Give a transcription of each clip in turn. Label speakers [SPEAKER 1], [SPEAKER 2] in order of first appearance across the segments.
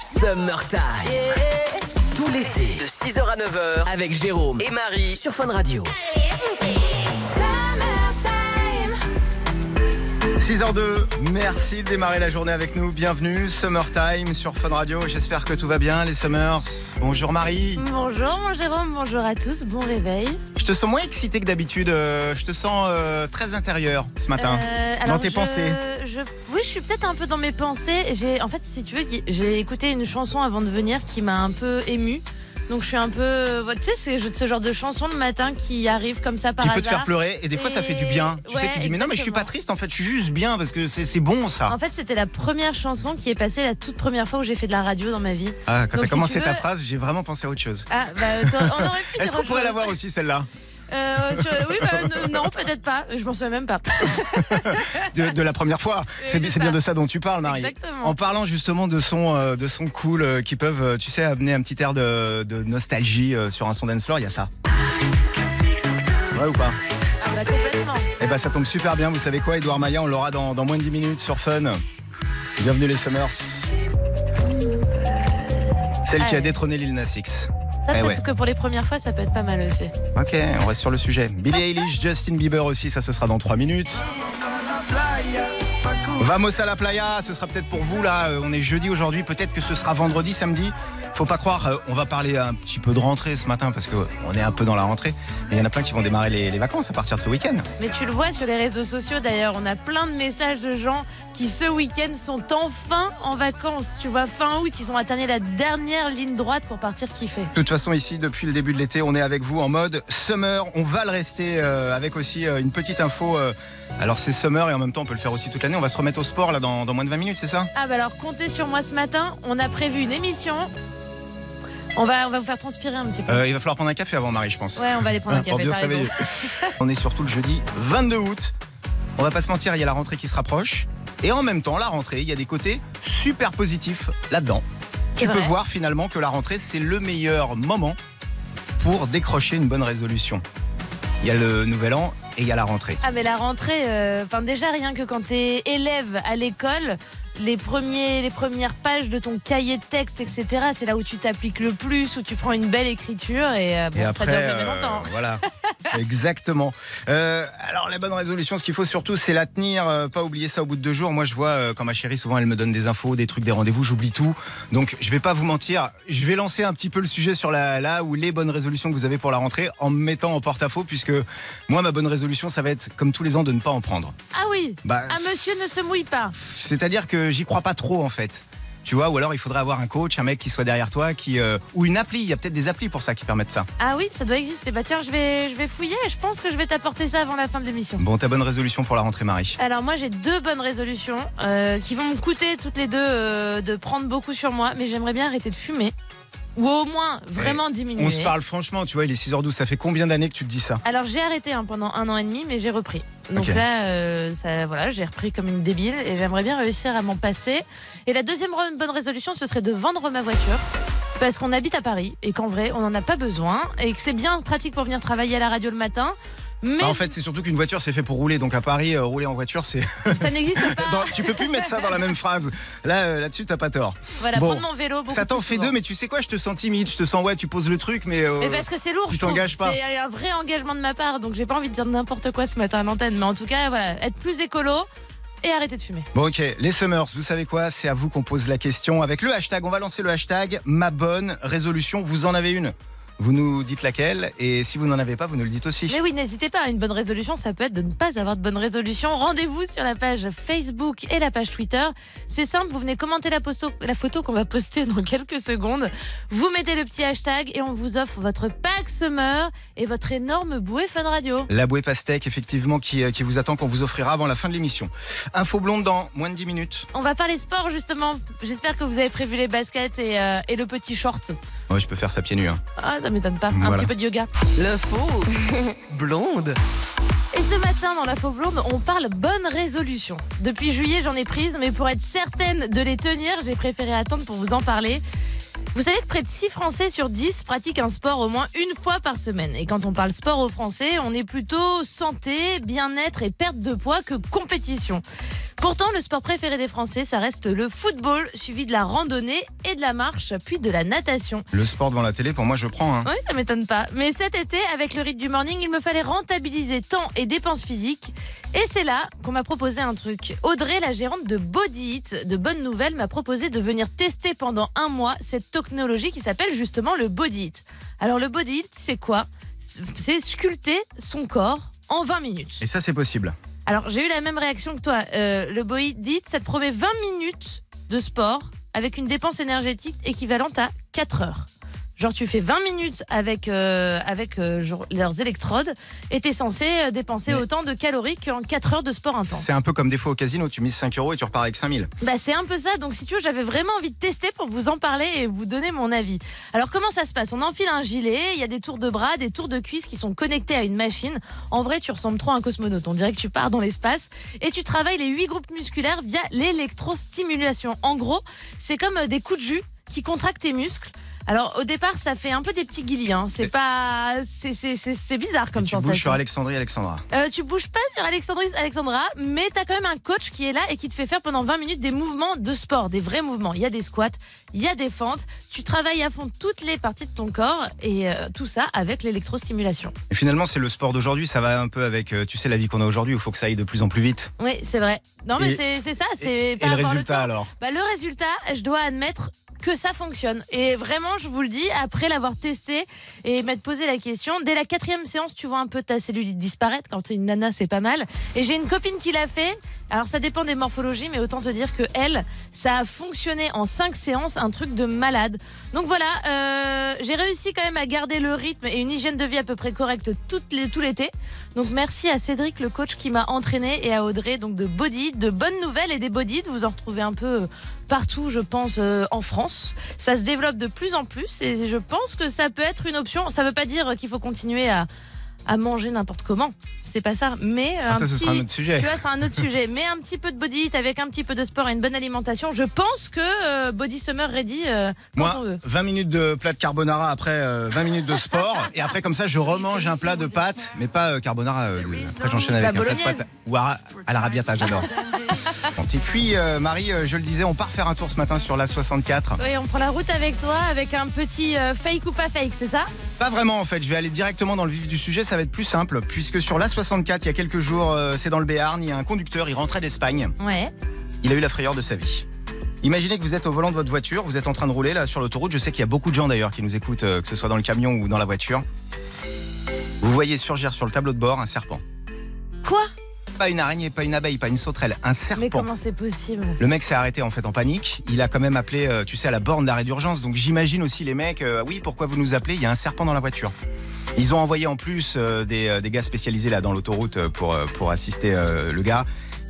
[SPEAKER 1] Summertime. Tout l'été, de 6h à 9h, avec Jérôme et Marie sur Fun Radio.
[SPEAKER 2] 6h02, merci de démarrer la journée avec nous. Bienvenue, Summertime sur Fun Radio. J'espère que tout va bien, les Summers. Bonjour Marie.
[SPEAKER 3] Bonjour mon Jérôme, bonjour à tous, bon réveil.
[SPEAKER 2] Je te sens moins excité que d'habitude. euh, je te sens euh, très intérieur ce matin.
[SPEAKER 3] Euh,
[SPEAKER 2] dans
[SPEAKER 3] alors,
[SPEAKER 2] tes
[SPEAKER 3] je-
[SPEAKER 2] pensées.
[SPEAKER 3] je- Oui, je suis peut-être un peu dans mes pensées. J'ai, en fait, si tu veux, j'ai écouté une chanson avant de venir qui m'a un peu émue. Donc je suis un peu, euh, tu sais, c'est ce genre de chanson le matin qui arrive comme ça par
[SPEAKER 2] Qui
[SPEAKER 3] hasard.
[SPEAKER 2] peut te faire pleurer et des fois ça fait du bien. Tu
[SPEAKER 3] Ouais,
[SPEAKER 2] sais, tu dis mais non mais je suis pas
[SPEAKER 3] exactement.
[SPEAKER 2] triste en fait, je suis juste bien parce que c'est c'est bon ça.
[SPEAKER 3] En fait, c'était la première chanson qui est passée la toute première fois où j'ai fait de la radio dans ma vie.
[SPEAKER 2] Ah, quand
[SPEAKER 3] donc,
[SPEAKER 2] t'as
[SPEAKER 3] si
[SPEAKER 2] commencé
[SPEAKER 3] tu veux-
[SPEAKER 2] ta phrase, j'ai vraiment pensé à autre chose.
[SPEAKER 3] Ah, bah, attends, on aurait pu
[SPEAKER 2] Est-ce
[SPEAKER 3] dire
[SPEAKER 2] qu'on
[SPEAKER 3] autre
[SPEAKER 2] pourrait
[SPEAKER 3] chose.
[SPEAKER 2] l'avoir aussi celle-là
[SPEAKER 3] Euh, sur- Oui, bah, n- non, peut-être pas. Je m'en souviens même pas.
[SPEAKER 2] de, de la première fois C'est bi-
[SPEAKER 3] c'est
[SPEAKER 2] c'est bien
[SPEAKER 3] ça.
[SPEAKER 2] de ça dont tu parles Marie.
[SPEAKER 3] Exactement.
[SPEAKER 2] En parlant justement de sons euh, de sons cool euh, qui peuvent, euh, tu sais, amener un petit air de, de nostalgie euh, sur un son dance floor, il y a ça. Ouais ou pas
[SPEAKER 3] Ah, bah, complètement.
[SPEAKER 2] Eh ben ça tombe super bien, vous savez quoi, Edouard Maya, on l'aura dans, dans moins de 10 minutes sur Fun. Bienvenue les Summers. Celle qui a
[SPEAKER 3] Allez.
[SPEAKER 2] détrôné Lil Nas X.
[SPEAKER 3] Ça,
[SPEAKER 2] Eh
[SPEAKER 3] peut-être
[SPEAKER 2] ouais.
[SPEAKER 3] que pour les premières fois, ça peut être pas mal aussi.
[SPEAKER 2] Ok, on reste sur le sujet. Billie Eilish, Justin Bieber aussi, ça ce sera dans 3 minutes. Vamos à la playa, ce sera peut-être pour vous là, euh, on est jeudi aujourd'hui, peut-être que ce sera vendredi, samedi. Faut pas croire, euh, on va parler un petit peu de rentrée ce matin parce que euh, on est un peu dans la rentrée. Mais il y en a plein qui vont démarrer les, les vacances à partir de ce week-end.
[SPEAKER 3] Mais tu le vois sur les réseaux sociaux d'ailleurs, on a plein de messages de gens qui ce week-end sont enfin en vacances. Tu vois, fin août, ils ont atteint la dernière ligne droite pour partir kiffer.
[SPEAKER 2] De toute façon, ici, depuis le début de l'été, on est avec vous en mode summer. On va le rester euh, avec aussi euh, une petite info. euh, alors, c'est summer et en même temps, on peut le faire aussi toute l'année. On va se remettre au sport là dans, dans moins de 20 minutes, c'est ça
[SPEAKER 3] Ah bah alors comptez sur moi ce matin, on a prévu une émission. On va, on va vous faire transpirer un petit peu.
[SPEAKER 2] Euh, Il va falloir prendre un café avant, Marie, je pense.
[SPEAKER 3] Ouais, on va aller prendre un
[SPEAKER 2] Ah, Pour
[SPEAKER 3] café.
[SPEAKER 2] bien
[SPEAKER 3] t'as
[SPEAKER 2] se
[SPEAKER 3] raison.
[SPEAKER 2] réveiller. on est surtout le jeudi 22 août. On va pas se mentir, il y a la rentrée qui se rapproche. Et en même temps, la rentrée, il y a des côtés super positifs là-dedans. Tu
[SPEAKER 3] C'est
[SPEAKER 2] peux
[SPEAKER 3] vrai.
[SPEAKER 2] voir finalement que la rentrée, c'est le meilleur moment pour décrocher une bonne résolution. Il y a le nouvel an et il y a la rentrée.
[SPEAKER 3] Ah mais la rentrée, euh, enfin déjà rien que quand t'es élève à l'école, les, premiers, les premières pages de ton cahier de texte, etc., c'est là où tu t'appliques le plus, où tu prends une belle écriture et, euh, bon,
[SPEAKER 2] Et
[SPEAKER 3] ça
[SPEAKER 2] après,
[SPEAKER 3] dure jamais
[SPEAKER 2] euh,
[SPEAKER 3] longtemps.
[SPEAKER 2] voilà, exactement. Euh, alors la bonne résolution, ce qu'il faut surtout, c'est la tenir. euh, pas oublier ça au bout de deux jours. Moi, je vois euh, quand ma chérie, souvent, elle me donne des infos, des trucs, des rendez-vous, j'oublie tout. Donc, je vais pas vous mentir. Je vais lancer un petit peu le sujet sur la là ou les bonnes résolutions que vous avez pour la rentrée, en me mettant en porte-à-faux, puisque moi, ma bonne résolution, ça va être comme tous les ans de ne pas en prendre.
[SPEAKER 3] Ah oui
[SPEAKER 2] Bah,
[SPEAKER 3] Ah monsieur ne se mouille pas.
[SPEAKER 2] c'est-à-dire que j'y crois pas trop en fait. Tu vois, ou alors il faudrait avoir un coach, un mec qui soit derrière toi, qui euh, ou une appli. Il y a peut-être des applis pour ça qui permettent ça.
[SPEAKER 3] Ah oui, ça doit exister. Bah tiens, je vais, je vais fouiller et je pense que je vais t'apporter ça avant la fin de l'émission.
[SPEAKER 2] Bon, ta bonne résolution pour la rentrée, Marie.
[SPEAKER 3] Alors moi j'ai deux bonnes résolutions euh, qui vont me coûter toutes les deux euh, de prendre beaucoup sur moi, mais j'aimerais bien arrêter de fumer. Ou au moins vraiment diminuer.
[SPEAKER 2] On se parle franchement, tu vois, il est 6h12, ça fait combien d'années que tu te dis ça
[SPEAKER 3] Alors j'ai arrêté hein, pendant un an et demi, mais j'ai repris. Donc
[SPEAKER 2] Ok.
[SPEAKER 3] là, euh, ça, voilà, j'ai repris comme une débile et j'aimerais bien réussir à m'en passer. Et la deuxième re- bonne résolution, ce serait de vendre ma voiture. Parce qu'on habite à Paris et qu'en vrai, on n'en a pas besoin et que c'est bien pratique pour venir travailler à la radio le matin. Mais
[SPEAKER 2] Bah, En fait, c'est surtout qu'une voiture, c'est fait pour rouler. Donc à Paris, euh, rouler en voiture, c'est.
[SPEAKER 3] ça n'existe pas.
[SPEAKER 2] Dans- tu peux plus mettre ça dans la même phrase. Là, euh, là-dessus, t'as pas tort.
[SPEAKER 3] Voilà,
[SPEAKER 2] Bon.
[SPEAKER 3] prendre mon vélo. beaucoup
[SPEAKER 2] ça t'en
[SPEAKER 3] plus
[SPEAKER 2] fait
[SPEAKER 3] souvent. Eh ben,
[SPEAKER 2] deux, mais tu sais quoi, je te sens timide. Je te sens, ouais, tu poses le truc, mais. euh,
[SPEAKER 3] Mais parce que c'est lourd.
[SPEAKER 2] tu
[SPEAKER 3] je trouve.
[SPEAKER 2] t'engages pas.
[SPEAKER 3] C'est un vrai engagement de ma part, donc j'ai pas envie de dire n'importe quoi ce matin à l'antenne. Mais en tout cas, voilà, être plus écolo et arrêter de fumer.
[SPEAKER 2] Bon, ok, les Summers, vous savez quoi C'est à vous qu'on pose la question avec le hashtag. On va lancer le hashtag ma bonne résolution. Vous en avez une Vous nous dites laquelle, et si vous n'en avez pas, vous nous le dites aussi.
[SPEAKER 3] Mais oui, n'hésitez pas, une bonne résolution, ça peut être de ne pas avoir de bonne résolution. Rendez-vous sur la page Facebook et la page Twitter. C'est simple, vous venez commenter la, posto- la photo qu'on va poster dans quelques secondes. Vous mettez le petit hashtag et on vous offre votre pack summer et votre énorme bouée Fun Radio.
[SPEAKER 2] La bouée pastèque, effectivement, qui, euh, qui vous attend, qu'on vous offrira avant la fin de l'émission. Info blonde dans moins de 10 minutes.
[SPEAKER 3] On va parler sport justement. J'espère que vous avez prévu les baskets et, euh, et le petit short.
[SPEAKER 2] Ouais, je peux faire ça pieds nus. hein.
[SPEAKER 3] Ah, ça m'étonne pas. Un
[SPEAKER 2] Voilà.
[SPEAKER 3] petit peu de yoga.
[SPEAKER 1] L'info blonde.
[SPEAKER 3] Et ce matin, dans la faux blonde, on parle bonne résolution. Depuis juillet, j'en ai prise, mais pour être certaine de les tenir, j'ai préféré attendre pour vous en parler. Vous savez que près de 6 Français sur 10 pratiquent un sport au moins une fois par semaine. Et quand on parle sport aux Français, on est plutôt santé, bien-être et perte de poids que compétition. Pourtant, le sport préféré des Français, ça reste le football, suivi de la randonnée et de la marche, puis de la natation.
[SPEAKER 2] Le sport devant la télé, pour moi, je prends. hein.
[SPEAKER 3] Oui, ça m'étonne pas. Mais cet été, avec le rythme du morning, il me fallait rentabiliser temps et dépenses physiques. Et c'est là qu'on m'a proposé un truc. Audrey, la gérante de Body Hit, de Bonne Nouvelle, m'a proposé de venir tester pendant un mois cette technologie qui s'appelle justement le Body Hit. Alors le Body Hit, c'est quoi C'est sculpter son corps en 20 minutes.
[SPEAKER 2] Et ça, c'est possible.
[SPEAKER 3] Alors, j'ai eu la même réaction que toi. Euh, le Boy dit ça te promet 20 minutes de sport avec une dépense énergétique équivalente à 4 heures. Genre, tu fais 20 minutes avec, euh, avec euh, genre, leurs électrodes et t'es censé euh, dépenser
[SPEAKER 2] Mais-
[SPEAKER 3] autant de calories qu'en 4 heures de sport intense.
[SPEAKER 2] C'est un peu comme des fois au casino, tu mises 5 euros et tu repars avec 5000.
[SPEAKER 3] Bah, c'est un peu ça. Donc, si tu veux, j'avais vraiment envie de tester pour vous en parler et vous donner mon avis. Alors, comment ça se passe On enfile un gilet, il y a des tours de bras, des tours de cuisses qui sont connectés à une machine. En vrai, tu ressembles trop à un cosmonaute. On dirait que tu pars dans l'espace. Et tu travailles les huit groupes musculaires via l'électrostimulation. En gros, c'est comme euh, des coups de jus qui contractent tes muscles. Alors, au départ, ça fait un peu des petits guillis. hein. C'est
[SPEAKER 2] Et-
[SPEAKER 3] pas. c'est- C'est c'est- c'est bizarre comme
[SPEAKER 2] Et tu bouges
[SPEAKER 3] sensation.
[SPEAKER 2] sur Alexandrie, Alexandra.
[SPEAKER 3] Euh, tu bouges pas sur Alexandris Alexandra, mais t'as quand même un coach qui est là et qui te fait faire pendant 20 minutes des mouvements de sport, des vrais mouvements. Il y a des squats, il y a des fentes. Tu travailles à fond toutes les parties de ton corps et euh, tout ça avec l'électrostimulation.
[SPEAKER 2] Et finalement, c'est le sport d'aujourd'hui, ça va un peu avec, euh, tu sais, la vie qu'on a aujourd'hui où il faut que ça aille de plus en plus vite.
[SPEAKER 3] Oui, c'est vrai. Non, mais
[SPEAKER 2] Et-
[SPEAKER 3] c'est c'est ça.
[SPEAKER 2] Et,
[SPEAKER 3] C'est
[SPEAKER 2] et
[SPEAKER 3] pas
[SPEAKER 2] le
[SPEAKER 3] avoir
[SPEAKER 2] résultat
[SPEAKER 3] le, temps.
[SPEAKER 2] alors
[SPEAKER 3] Bah, le résultat, je dois admettre que ça fonctionne. Et vraiment, je vous le dis, après l'avoir testé et m'être posé la question, dès la quatrième séance, tu vois un peu ta cellulite disparaître. Quand t'es une nana, c'est pas mal. Et j'ai une copine qui l'a fait. Alors ça dépend des morphologies, mais autant te dire que elle, ça a fonctionné en cinq séances, un truc de malade. Donc voilà, euh, j'ai réussi quand même à garder le rythme et une hygiène de vie à peu près correcte toutes les, tout l'été. Donc merci à Cédric, le coach qui m'a entraîné, et à Audrey, donc de Body, de bonnes nouvelles et des Body. Vous en retrouvez un peu euh, partout, je pense, euh, en France. Ça se développe de plus en plus et je pense que ça peut être une option. Ça veut pas dire qu'il faut continuer à, à manger n'importe comment. C'est pas ça. Mais euh,
[SPEAKER 2] Ah,
[SPEAKER 3] un
[SPEAKER 2] Ça, ce sera un
[SPEAKER 3] petit-
[SPEAKER 2] autre sujet.
[SPEAKER 3] tu vois, c'est un autre sujet. Mais un petit peu de body heat avec un petit peu de sport et une bonne alimentation, je pense que euh, Body Summer Ready, euh, quand on
[SPEAKER 2] Moi,
[SPEAKER 3] veut.
[SPEAKER 2] 20 minutes de plat de carbonara après euh, 20 minutes de sport. et après, comme ça, je remange un plat de pâtes, mais pas euh, carbonara. euh, le- après, j'enchaîne avec un plat de
[SPEAKER 3] bolognaise.
[SPEAKER 2] pâtes. Ou ara- à l'arabiata, j'adore. Bon, Et puis, euh, Marie, euh, je le disais, on part faire un tour ce matin sur la 64.
[SPEAKER 3] Oui, on prend la route avec toi, avec un petit euh, fake ou pas fake, c'est ça
[SPEAKER 2] Pas vraiment, en fait. Je vais aller directement dans le vif du sujet. Ça va être plus simple, puisque sur la 64, il y a quelques jours, euh, c'est dans le Béarn, il y a un conducteur, il rentrait d'Espagne.
[SPEAKER 3] Ouais.
[SPEAKER 2] Il a eu la frayeur de sa vie. Imaginez que vous êtes au volant de votre voiture, vous êtes en train de rouler là sur l'autoroute. Je sais qu'il y a beaucoup de gens d'ailleurs qui nous écoutent, euh, que ce soit dans le camion ou dans la voiture. Vous voyez surgir sur le tableau de bord un serpent.
[SPEAKER 3] Quoi
[SPEAKER 2] Pas une araignée, pas une abeille, pas une sauterelle, un
[SPEAKER 3] Mais
[SPEAKER 2] serpent.
[SPEAKER 3] comment c'est possible
[SPEAKER 2] Le mec s'est arrêté en fait en panique. Il a quand même appelé, euh, tu sais, à la borne d'arrêt d'urgence. Donc j'imagine aussi les mecs, euh, oui, pourquoi vous nous appelez Il y a un serpent dans la voiture. Ils ont envoyé en plus euh, des, euh, des gars spécialisés là dans l'autoroute euh, pour, euh, pour assister euh, le gars.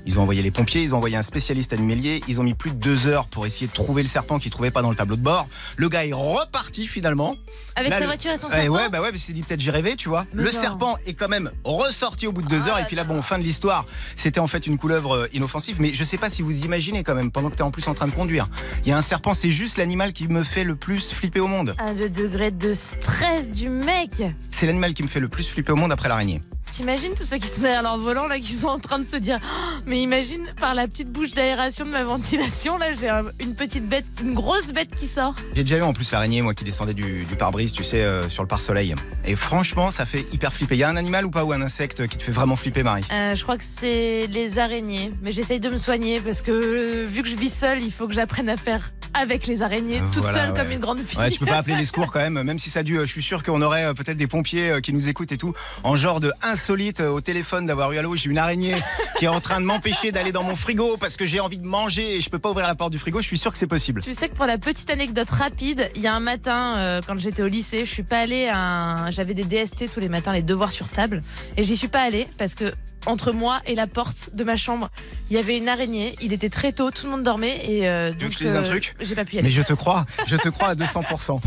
[SPEAKER 2] Ils ont envoyé les pompiers, ils ont envoyé un spécialiste animalier. Ils ont mis plus de deux heures pour essayer de trouver le serpent qu'ils trouvaient pas dans le tableau de bord. Le gars est reparti finalement.
[SPEAKER 3] Avec
[SPEAKER 2] Là,
[SPEAKER 3] sa
[SPEAKER 2] le-
[SPEAKER 3] voiture et son
[SPEAKER 2] Eh
[SPEAKER 3] serpent
[SPEAKER 2] ouais, bah ouais, mais c'est dit peut-être j'ai rêvé, tu vois.
[SPEAKER 3] Mais
[SPEAKER 2] le
[SPEAKER 3] non.
[SPEAKER 2] serpent est quand même ressorti au bout de deux
[SPEAKER 3] Ah
[SPEAKER 2] heures. Et
[SPEAKER 3] là
[SPEAKER 2] puis là, bon, fin de l'histoire. C'était en fait une couleuvre euh, inoffensive. Mais je sais pas si vous imaginez quand même, pendant que t'es en plus en train de conduire. Il y a un serpent, c'est juste l'animal qui me fait le plus flipper au monde.
[SPEAKER 3] Ah, le degré de stress du mec
[SPEAKER 2] C'est l'animal qui me fait le plus flipper au monde après l'araignée.
[SPEAKER 3] T'imagines tous ceux qui sont derrière leur volant, là, qui sont en train de se dire Oh, Mais imagine, par la petite bouche d'aération de ma ventilation, là, j'ai un- une petite bête, une grosse bête qui sort.
[SPEAKER 2] J'ai déjà eu en plus l'araignée, moi, qui descendait du, du pare-brise, tu sais, euh, sur le pare-soleil. Et franchement, ça fait hyper flipper. Il y a un animal ou pas, ou un insecte euh, qui te fait vraiment flipper, Marie
[SPEAKER 3] Euh, je crois que c'est les araignées, mais j'essaye de me soigner parce que euh, vu que je vis seule, il faut que j'apprenne à faire avec les araignées, toute
[SPEAKER 2] Ah, Voilà,
[SPEAKER 3] seule
[SPEAKER 2] ouais.
[SPEAKER 3] comme une grande fille.
[SPEAKER 2] Ouais, tu peux pas appeler les secours quand même, même si ça a dû. euh, Je suis sûr qu'on aurait euh, peut-être des pompiers euh, qui nous écoutent et tout, en genre de insolite euh, au téléphone d'avoir eu allô, j'ai une araignée qui est en train de m'empêcher d'aller dans mon frigo parce que j'ai envie de manger et je peux pas ouvrir la porte du frigo. Je suis sûr que c'est possible.
[SPEAKER 3] Tu sais que pour la petite anecdote rapide, il y a un matin, euh, quand j'étais au lycée, je suis pas allée à un... J'avais des DST tous les matins, les devoirs sur table, et j'y suis pas allée parce que entre moi et la porte de ma chambre, il y avait une araignée. Il était très tôt, tout le monde dormait, et euh,
[SPEAKER 2] veux
[SPEAKER 3] donc
[SPEAKER 2] que je te dise un truc
[SPEAKER 3] j'ai pas pu y aller.
[SPEAKER 2] Mais je te crois, je te crois à 200%.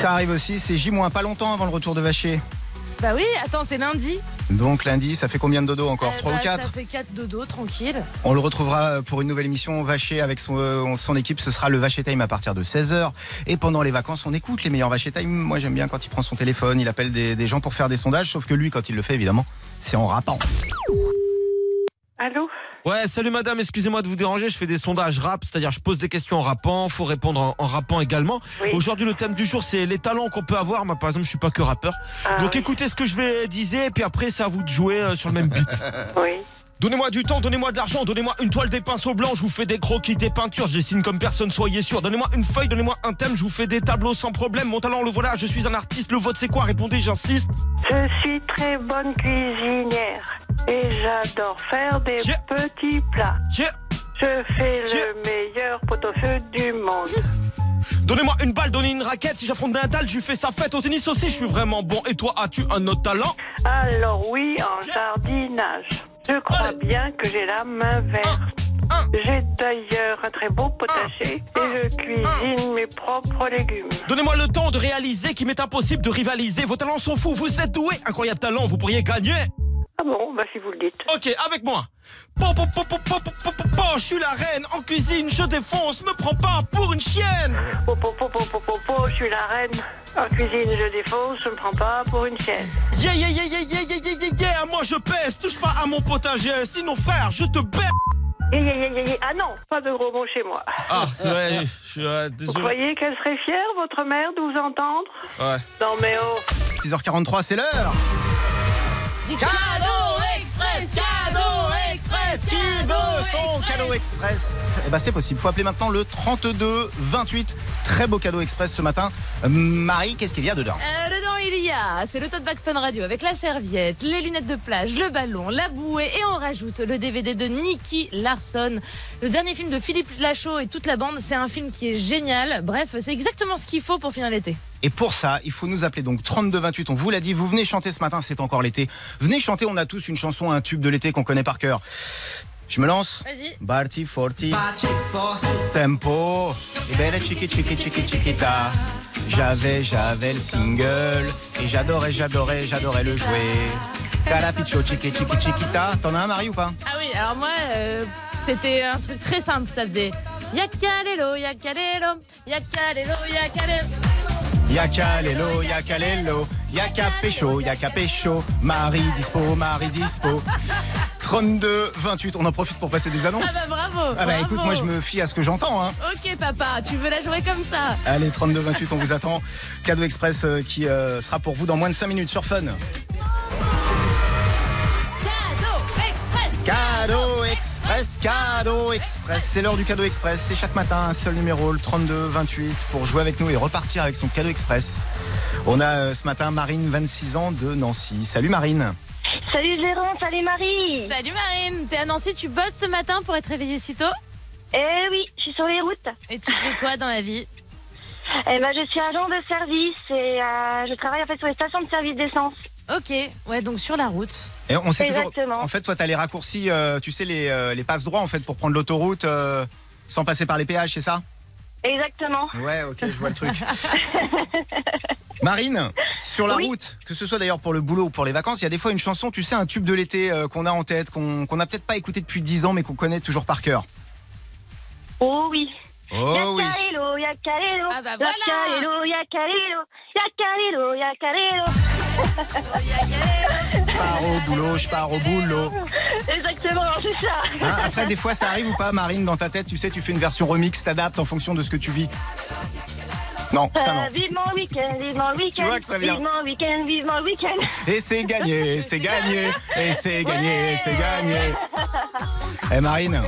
[SPEAKER 2] Ça arrive aussi, c'est J- moins pas longtemps avant le retour de Vacher.
[SPEAKER 3] Bah oui, attends, c'est lundi.
[SPEAKER 2] Donc lundi, ça fait combien de dodo encore
[SPEAKER 3] Eh
[SPEAKER 2] 3
[SPEAKER 3] bah,
[SPEAKER 2] ou 4
[SPEAKER 3] Ça fait 4 dodo, tranquille.
[SPEAKER 2] On le retrouvera pour une nouvelle émission Vaché avec son, euh, son équipe. Ce sera le Vaché Time à partir de 16h. Et pendant les vacances, on écoute les meilleurs Vaché Time. Moi, j'aime bien quand il prend son téléphone, il appelle des, des gens pour faire des sondages. Sauf que lui, quand il le fait, évidemment, c'est en rappant.
[SPEAKER 4] Allô
[SPEAKER 5] Ouais, salut madame, excusez-moi de vous déranger, je fais des sondages rap, c'est-à-dire je pose des questions en rappant, faut répondre en, en rappant également.
[SPEAKER 4] Oui.
[SPEAKER 5] Aujourd'hui, le thème du jour, c'est les talents qu'on peut avoir. Moi, par exemple, je suis pas que rappeur.
[SPEAKER 4] Ah,
[SPEAKER 5] Donc
[SPEAKER 4] oui,
[SPEAKER 5] écoutez ce que je vais dire, et puis après, c'est à vous de jouer euh, sur le même beat.
[SPEAKER 4] oui.
[SPEAKER 5] Donnez-moi du temps, donnez-moi de l'argent, donnez-moi une toile des pinceaux blancs, je vous fais des croquis, des peintures, je dessine comme personne, soyez sûr. Donnez-moi une feuille, donnez-moi un thème, je vous fais des tableaux sans problème. Mon talent, le voilà, je suis un artiste, le vote c'est quoi Répondez, j'insiste.
[SPEAKER 4] Je suis très bonne cuisinière et j'adore faire des
[SPEAKER 5] Yeah.
[SPEAKER 4] petits plats.
[SPEAKER 5] Yeah.
[SPEAKER 4] Je fais
[SPEAKER 5] Yeah.
[SPEAKER 4] le meilleur pot-au-feu du monde.
[SPEAKER 5] Donnez-moi une balle, donnez une raquette, si j'affronte Nadal, je lui fais sa fête au tennis aussi, je suis vraiment bon. Et toi, as-tu un autre talent
[SPEAKER 4] Alors oui, en jardinage. Je crois
[SPEAKER 5] Allez.
[SPEAKER 4] bien que j'ai la main verte.
[SPEAKER 5] Un.
[SPEAKER 4] J'ai d'ailleurs un très beau potager et je cuisine mes propres légumes.
[SPEAKER 5] Donnez-moi le temps de réaliser qu'il m'est impossible de rivaliser. Vos talents sont fous, vous êtes doués, incroyable talent, vous pourriez gagner.
[SPEAKER 4] Ah bon, bah si vous le dites.
[SPEAKER 5] Ok, avec moi. Po, po, po, po, po, po, po, po, po, je suis la reine, en cuisine, je défonce, me prends pas pour une chienne.
[SPEAKER 4] Po, po, po, po, po, po, po, je suis la reine. En cuisine, je défonce, je me prends pas pour une chienne.
[SPEAKER 5] Yeah, yeah, yeah, yeah, yeah, yeah, yeah, yeah, yeah, moi je pèse, touche pas à mon potager, sinon frère, je te baisse.
[SPEAKER 4] Hi, hi, hi, hi, hi. Ah non, pas de gros mots chez moi.
[SPEAKER 5] Ah, ouais, je suis
[SPEAKER 4] Vous croyez qu'elle serait fière, votre mère, de vous entendre
[SPEAKER 5] Ouais.
[SPEAKER 4] Non mais oh
[SPEAKER 2] 6h43, c'est l'heure
[SPEAKER 3] Cadeau express, cadeau express,
[SPEAKER 2] Qui veut son cadeau express Eh ben c'est possible, faut appeler maintenant le 32 28. Très beau cadeau express ce matin. Euh, Marie, qu'est-ce qu'il y a dedans
[SPEAKER 3] Euh, dedans, il y a, c'est le tote bag Fun Radio avec la serviette, les lunettes de plage, le ballon, la bouée et on rajoute le DVD de Nicky Larson. Le dernier film de Philippe Lachaud et toute la bande, c'est un film qui est génial. Bref, c'est exactement ce qu'il faut pour finir l'été.
[SPEAKER 2] Et pour ça, il faut nous appeler donc 3228. On vous l'a dit, vous venez chanter ce matin, c'est encore l'été. Venez chanter, on a tous une chanson, un tube de l'été qu'on connaît par cœur. Je me lance.
[SPEAKER 3] Vas-y.
[SPEAKER 2] Barty Forti. Tempo. Et bella chiqui chiqui chiqui chiquita. J'avais, j'avais le single. Et j'adorais, j'adorais, j'adorais le jouer. Carapicho chiqui chiqui chiquita. T'en as un, Marie, ou pas
[SPEAKER 3] Ah oui, alors moi, euh, c'était un truc très simple, ça faisait Yakalelo, Yakalelo, Yakalelo, Yakalelo.
[SPEAKER 2] Yaka lelo, yaka lelo, yaka pécho, yaka pécho, Marie dispo, Marie dispo. 32, 28, on en profite pour passer des
[SPEAKER 3] Ah
[SPEAKER 2] annonces.
[SPEAKER 3] bah bravo
[SPEAKER 2] Ah bah
[SPEAKER 3] bravo.
[SPEAKER 2] écoute, moi je me fie à ce que j'entends. Hein.
[SPEAKER 3] Ok papa, tu veux la jouer comme ça
[SPEAKER 2] Allez, 32, 28, on vous attend. Cadeau Express euh, qui euh, sera pour vous dans moins de 5 minutes sur Fun.
[SPEAKER 3] Cadeau express
[SPEAKER 2] Cadeau Express, Cadeau Express. C'est l'heure du Cadeau Express. C'est chaque matin un seul numéro, le 32, 28, pour jouer avec nous et repartir avec son Cadeau Express. On a euh, ce matin Marine, 26 ans, de Nancy. Salut Marine.
[SPEAKER 6] Salut Jérôme, salut Marie.
[SPEAKER 3] Salut Marine, t'es à Nancy, tu bosses ce matin pour être réveillée si tôt
[SPEAKER 6] Eh oui, je suis sur les routes.
[SPEAKER 3] Et tu fais quoi dans la vie
[SPEAKER 6] Eh ben, je suis agent de service et euh, je travaille en fait sur les stations de service d'essence.
[SPEAKER 3] Ok, ouais donc sur la route.
[SPEAKER 2] Et on sait toujours.
[SPEAKER 6] Exactement.
[SPEAKER 2] En fait, toi, t'as les raccourcis, euh, tu sais, les, euh, les passes droits en fait pour prendre l'autoroute euh, sans passer par les péages, c'est ça
[SPEAKER 6] Exactement.
[SPEAKER 2] Ouais, ok, je vois le truc. Marine, sur la route, que ce soit d'ailleurs pour le boulot ou pour les vacances, il y a des fois une chanson, tu sais, un tube de l'été euh, qu'on a en tête, qu'on qu'on n'a peut-être pas écouté depuis 10 ans, mais qu'on connaît toujours par cœur.
[SPEAKER 6] Oh oui.
[SPEAKER 2] Oh oui.
[SPEAKER 6] Yakarelo, yakarelo.
[SPEAKER 3] Ah bah voilà.
[SPEAKER 6] Yakarelo, yakarelo. Yakarelo, yakarelo.
[SPEAKER 2] Je pars au boulot, je pars au boulot.
[SPEAKER 6] Exactement, c'est ça.
[SPEAKER 2] Hein, après, des fois, ça arrive ou pas, Marine, dans ta tête, tu sais, tu fais une version remix, t'adaptes en fonction de ce que tu vis. Non, ça non.
[SPEAKER 6] Euh, vivement le week-end, vivement le week-end.
[SPEAKER 2] vois que ça vient. Eh.
[SPEAKER 6] Vivement le week-end, vivement le week-end.
[SPEAKER 2] Et c'est gagné, et c'est gagné, et c'est gagné, et c'est gagné. Eh Marine,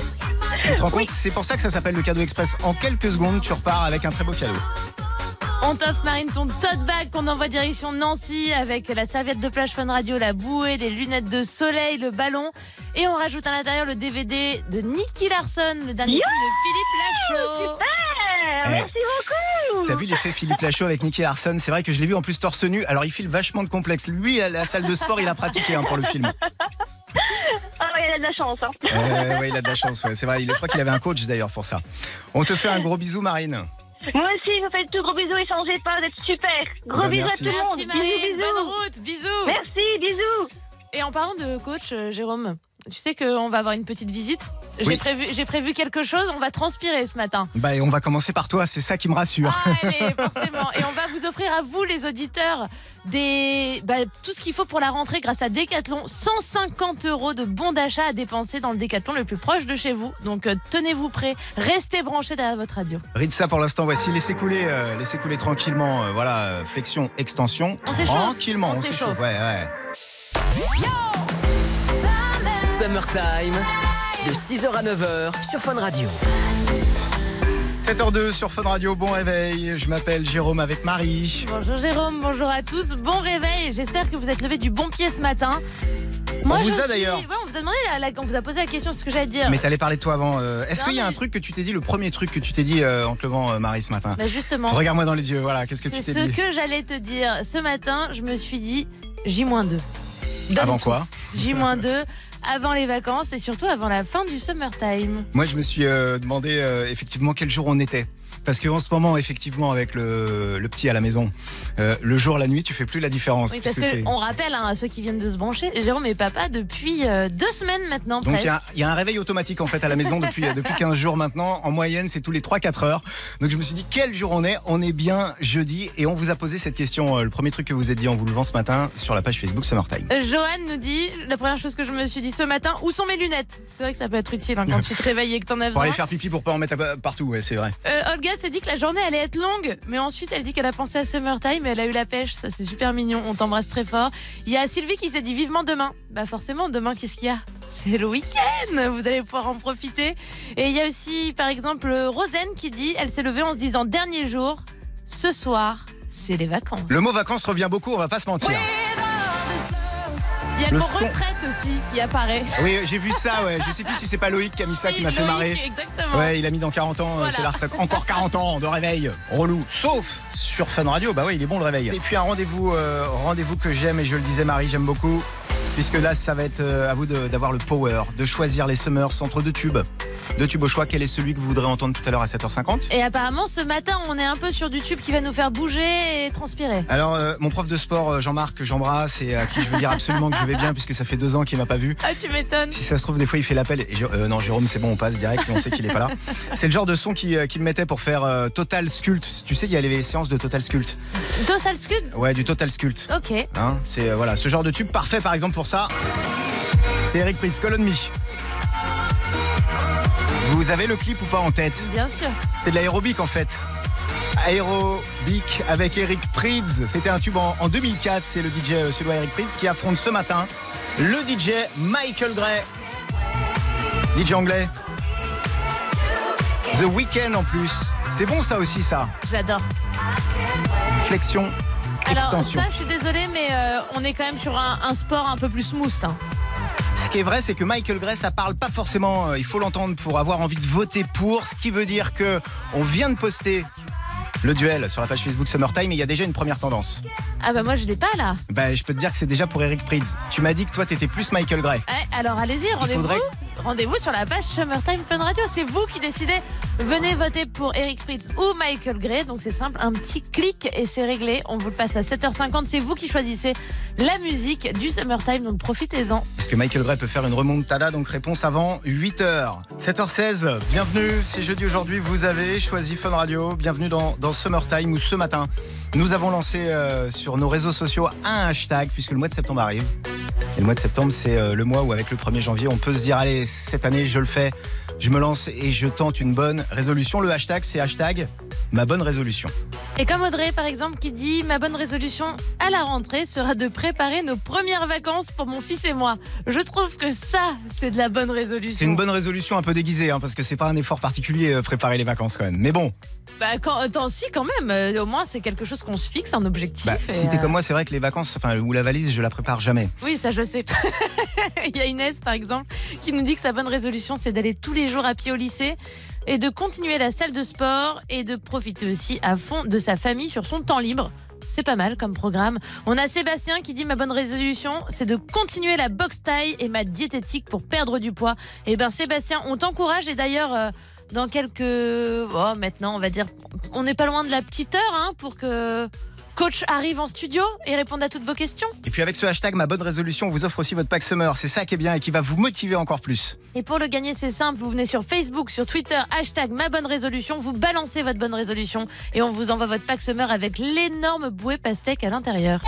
[SPEAKER 2] tu te rends compte, c'est pour ça que ça s'appelle le cadeau express. En quelques secondes, tu repars avec un très beau cadeau.
[SPEAKER 3] On t'offre Marine ton tote bag qu'on envoie direction Nancy avec la serviette de plage Fun Radio, la bouée, les lunettes de soleil, le ballon. Et on rajoute à l'intérieur le DVD de Nicky Larson, le dernier film de Philippe Lachaud.
[SPEAKER 6] Eh, Merci beaucoup.
[SPEAKER 2] T'as vu l'effet Philippe Lachaud avec Nicky Larson C'est vrai que je l'ai vu en plus torse nu. Alors il file vachement de complexe. Lui, à la salle de sport, il a pratiqué hein, pour le film.
[SPEAKER 6] Ah ouais, elle a de la chance. Hein.
[SPEAKER 2] Euh, ouais, il a de la chance. Ouais, c'est vrai. Il- Je crois qu'il avait un coach d'ailleurs pour ça. On te fait un gros bisou, Marine.
[SPEAKER 6] Moi aussi, je vous fais de tout gros bisous et changez pas, vous êtes super. Gros
[SPEAKER 2] Ben,
[SPEAKER 6] bisous
[SPEAKER 2] merci.
[SPEAKER 6] à tout le monde.
[SPEAKER 3] Merci Marine,
[SPEAKER 6] bisous, bisous.
[SPEAKER 3] bonne route, bisous.
[SPEAKER 6] Merci, bisous.
[SPEAKER 3] Et en parlant de coach, euh, Jérôme, tu sais qu'on va avoir une petite visite. J'ai
[SPEAKER 2] Oui.
[SPEAKER 3] prévu, j'ai prévu quelque chose, on va transpirer ce matin.
[SPEAKER 2] Bah, et on va commencer par toi, c'est ça qui me rassure.
[SPEAKER 3] Ah, allez, forcément. Et on va vous offrir à vous, les auditeurs, des, bah, tout ce qu'il faut pour la rentrée grâce à Decathlon. 150 euros de bons d'achat à dépenser dans le Decathlon le plus proche de chez vous. Donc euh, tenez-vous prêts, restez branchés derrière votre radio.
[SPEAKER 2] Ritza, pour l'instant, voici, laissez couler, euh, laissez couler tranquillement. euh, voilà, euh, flexion, extension.
[SPEAKER 3] On s'échauffe.
[SPEAKER 2] tranquillement,
[SPEAKER 3] On s'échauffe.
[SPEAKER 2] Ouais, ouais.
[SPEAKER 1] Summertime, de 6h à 9h sur Fun Radio.
[SPEAKER 2] 7h02 sur Fun Radio, bon réveil. Je m'appelle Jérôme avec Marie.
[SPEAKER 3] Bonjour Jérôme, bonjour à tous, bon réveil. J'espère que vous êtes levés du bon pied ce matin. Moi,
[SPEAKER 2] On vous
[SPEAKER 3] je
[SPEAKER 2] a
[SPEAKER 3] suis-
[SPEAKER 2] d'ailleurs.
[SPEAKER 3] Ouais, on vous a demandé, la- la- on vous a posé la question, ce que j'allais dire.
[SPEAKER 2] Mais t'allais parler de toi avant. euh, Est-ce
[SPEAKER 3] Non,
[SPEAKER 2] qu'il y a
[SPEAKER 3] mais-
[SPEAKER 2] un truc que tu t'es dit, le premier truc que tu t'es dit euh, en te levant, euh, Marie, ce matin
[SPEAKER 3] Bah, justement.
[SPEAKER 2] Regarde-moi dans les yeux, voilà, qu'est-ce que tu
[SPEAKER 3] C'est
[SPEAKER 2] t'es
[SPEAKER 3] ce
[SPEAKER 2] dit
[SPEAKER 3] que j'allais te dire. Ce matin, je me suis dit J-2.
[SPEAKER 2] Avant quoi
[SPEAKER 3] J-2 avant les vacances et surtout avant la fin du summertime.
[SPEAKER 2] Moi, je me suis euh, demandé euh, effectivement quel jour on était. Parce qu'en ce moment, effectivement, avec le, le petit à la maison, euh, le jour, la nuit, tu fais plus la différence.
[SPEAKER 3] Oui, parce
[SPEAKER 2] puisque
[SPEAKER 3] que
[SPEAKER 2] c'est-
[SPEAKER 3] on rappelle hein, à ceux qui viennent de se brancher, Jérôme et papa depuis euh, deux semaines maintenant
[SPEAKER 2] Donc il y
[SPEAKER 3] presque.
[SPEAKER 2] a- il y, a un réveil automatique en fait à la maison depuis, euh, depuis 15 jours maintenant. En moyenne, c'est tous les 3-4 heures. Donc je me suis dit, quel jour on est On est bien jeudi. Et on vous a posé cette question, euh, le premier truc que vous avez dit en vous levant ce matin sur la page Facebook Summertime.
[SPEAKER 3] Euh, Johan nous dit la première chose que je me suis dit ce matin où sont mes lunettes C'est vrai que ça peut être utile hein, quand tu te réveilles et que t'en as
[SPEAKER 2] Pour
[SPEAKER 3] besoin.
[SPEAKER 2] aller faire pipi pour pas en mettre à- partout, ouais, c'est vrai.
[SPEAKER 3] Euh, Olga s'est dit que la journée allait être longue, mais ensuite elle dit qu'elle a pensé à Summertime et elle a eu la pêche. Ça, c'est super mignon. On t'embrasse très fort. Il y a Sylvie qui s'est dit vivement demain. Bah, forcément, demain, qu'est-ce qu'il y a C'est le week-end Vous allez pouvoir en profiter. Et il y a aussi, par exemple, euh, Rosen qui dit elle s'est levée en se disant dernier jour, ce soir, c'est les vacances.
[SPEAKER 2] Le mot vacances revient beaucoup, on va pas se mentir.
[SPEAKER 3] Il y a le,
[SPEAKER 2] le
[SPEAKER 3] mot
[SPEAKER 2] son-
[SPEAKER 3] retraite aussi qui apparaît.
[SPEAKER 2] Oui, j'ai vu ça, ouais. Je sais plus si c'est pas Loïc qui a mis ça, qui m'a fait
[SPEAKER 3] Loïc,
[SPEAKER 2] marrer.
[SPEAKER 3] Exactement.
[SPEAKER 2] Ouais, il a mis dans 40 ans, euh,
[SPEAKER 3] Hein. Voilà.
[SPEAKER 2] c'est la retraite. Encore 40 ans de réveil, relou. Sauf sur Fun Radio, bah ouais, il est bon le réveil. Et puis un rendez-vous, euh, rendez-vous que j'aime, et je le disais Marie, j'aime beaucoup. Puisque là, ça va être euh, à vous de- d'avoir le power, de choisir les summers entre deux tubes. Deux tubes au choix, quel est celui que vous voudrez entendre tout à l'heure à 7h50
[SPEAKER 3] Et apparemment, ce matin, on est un peu sur du tube qui va nous faire bouger et transpirer.
[SPEAKER 2] Alors, euh, mon prof de sport, euh, Jean-Marc, que j'embrasse et à qui je veux dire absolument que je vais bien, puisque ça fait deux ans qu'il m'a pas vu.
[SPEAKER 3] Ah, tu m'étonnes.
[SPEAKER 2] Si ça se trouve, des fois, il fait l'appel. Et Jé- euh, non, Jérôme, c'est bon, on passe direct, mais on sait qu'il est pas là. C'est le genre de son qui- euh, qu'il mettait pour faire euh, Total Sculpt. Tu sais, il y a les séances de Total Sculpt.
[SPEAKER 3] Dos sales scuds
[SPEAKER 2] Ouais, du Total Sculpt.
[SPEAKER 3] Ok.
[SPEAKER 2] Hein, c'est euh, voilà, ce genre de tube parfait, par exemple, pour ça. C'est Eric Pritz, Colon Me. Vous avez le clip ou pas en tête
[SPEAKER 3] Bien sûr.
[SPEAKER 2] C'est de l'aérobic en fait. Aérobic avec Eric Prydz. C'était un tube en, en 2004. C'est le DJ suédois Eric Prydz qui affronte ce matin le DJ Michael Gray. DJ anglais. The Weeknd en plus. C'est bon ça aussi ça.
[SPEAKER 3] J'adore.
[SPEAKER 2] Flexion,
[SPEAKER 3] Alors
[SPEAKER 2] extension.
[SPEAKER 3] ça, je suis désolée, mais euh, on est quand même sur un, un sport un peu plus smooth. hein.
[SPEAKER 2] Ce qui est vrai, c'est que Michael Gray, ça parle pas forcément. euh, Il faut l'entendre pour avoir envie de voter pour. Ce qui veut dire que on vient de poster le duel sur la page Facebook Summertime et il y a déjà une première tendance.
[SPEAKER 3] Ah bah moi, je l'ai pas là.
[SPEAKER 2] Bah, je peux te dire que c'est déjà pour Eric Prydz. Tu m'as dit que toi, t'étais plus Michael Gray.
[SPEAKER 3] Eh, alors allez-y, rendez-vous.
[SPEAKER 2] faudrait-
[SPEAKER 3] Rendez-vous sur la page Summertime Fun Radio. C'est vous qui décidez. Venez voter pour Eric Fritz ou Michael Gray. Donc c'est simple, un petit clic et c'est réglé. On vous le passe à 7h50. C'est vous qui choisissez la musique du Summertime. Donc profitez-en.
[SPEAKER 2] Est-ce que Michael Gray peut faire une remontada Donc, réponse avant 8h. 7h16, bienvenue. C'est jeudi aujourd'hui. Vous avez choisi Fun Radio. Bienvenue dans, dans Summertime ou ce matin. Nous avons lancé euh, sur nos réseaux sociaux un hashtag puisque le mois de septembre arrive. Et le mois de septembre, c'est euh, le mois où, avec le 1er janvier, on peut se dire Allez, cette année, je le fais. Je me lance et je tente une bonne résolution. Le hashtag, c'est hashtag ma bonne résolution.
[SPEAKER 3] Et comme Audrey, par exemple, qui dit Ma bonne résolution à la rentrée sera de préparer nos premières vacances pour mon fils et moi. Je trouve que ça, c'est de la bonne résolution.
[SPEAKER 2] C'est une bonne résolution un peu déguisée, hein, parce que c'est pas un effort particulier euh, préparer les vacances quand même. Mais bon,
[SPEAKER 3] Bah, quand, attends, si, quand même. euh, au moins, c'est quelque chose qu'on se fixe, un objectif.
[SPEAKER 2] bah,
[SPEAKER 3] et,
[SPEAKER 2] si t'es
[SPEAKER 3] euh,
[SPEAKER 2] comme moi, c'est vrai que les vacances, enfin, ou la valise, je la prépare jamais.
[SPEAKER 3] Oui, ça, je sais. Il y a Inès, par exemple, qui nous dit que sa bonne résolution, c'est d'aller tous les jours à pied au lycée et de continuer la salle de sport et de profiter aussi à fond de sa famille sur son temps libre. C'est pas mal comme programme. On a Sébastien qui dit ma bonne résolution, c'est de continuer la boxe taille et ma diététique pour perdre du poids. Eh ben Sébastien, on t'encourage et d'ailleurs euh, dans quelques oh, maintenant on va dire on n'est pas loin de la petite heure hein, pour que Coach arrive en studio et répond à toutes vos questions.
[SPEAKER 2] Et puis avec ce hashtag, ma bonne résolution, on vous offre aussi votre pack summer. C'est ça qui est bien et qui va vous motiver encore plus.
[SPEAKER 3] Et pour le gagner, c'est simple. Vous venez sur Facebook, sur Twitter, hashtag ma bonne résolution. Vous balancez votre bonne résolution et on vous envoie votre pack summer avec l'énorme bouée pastèque à l'intérieur.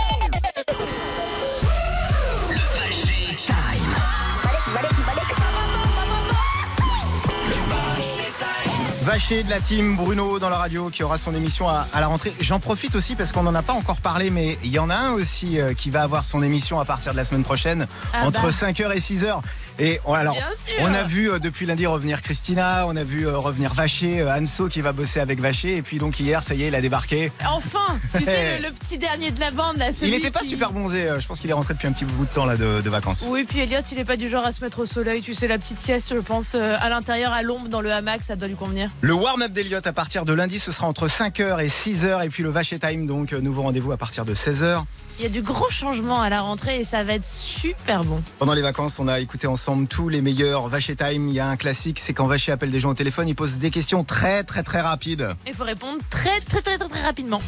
[SPEAKER 2] Vaché de la team Bruno dans la radio qui aura son émission à, à la rentrée. J'en profite aussi parce qu'on n'en a pas encore parlé, mais il y en a un aussi euh, qui va avoir son émission à partir de la semaine prochaine,
[SPEAKER 3] Ah
[SPEAKER 2] entre
[SPEAKER 3] bah.
[SPEAKER 2] 5h et 6h. Et on- alors,
[SPEAKER 3] Bien sûr.
[SPEAKER 2] on a vu euh, depuis lundi revenir Christina, on a vu euh, revenir Vaché, euh, Anso qui va bosser avec Vaché, et puis donc hier, ça y est, il a débarqué.
[SPEAKER 3] Enfin, tu sais, le, le petit dernier de la bande là. celui
[SPEAKER 2] il n'était pas
[SPEAKER 3] qui-
[SPEAKER 2] super bronzé, euh, je pense qu'il est rentré depuis un petit bout de temps là de, de vacances.
[SPEAKER 3] Oui, puis Elliot, il est pas du genre à se mettre au soleil. Tu sais, la petite sieste, je pense, euh, à l'intérieur, à l'ombre, dans le hamac, ça doit lui convenir.
[SPEAKER 2] Le warm-up d'Eliott à partir de lundi, ce sera entre 5h et 6h, et puis le Vaché Time, donc euh, nouveau rendez-vous à partir de 16h.
[SPEAKER 3] Il y a du gros changement à la rentrée et ça va être super bon.
[SPEAKER 2] Pendant les vacances, on a écouté ensemble tous les meilleurs Vaché Time. Il y a un classique, c'est quand Vaché appelle des gens au téléphone, il pose des questions très très très rapides.
[SPEAKER 3] Il faut répondre très, très, très, très, très rapidement.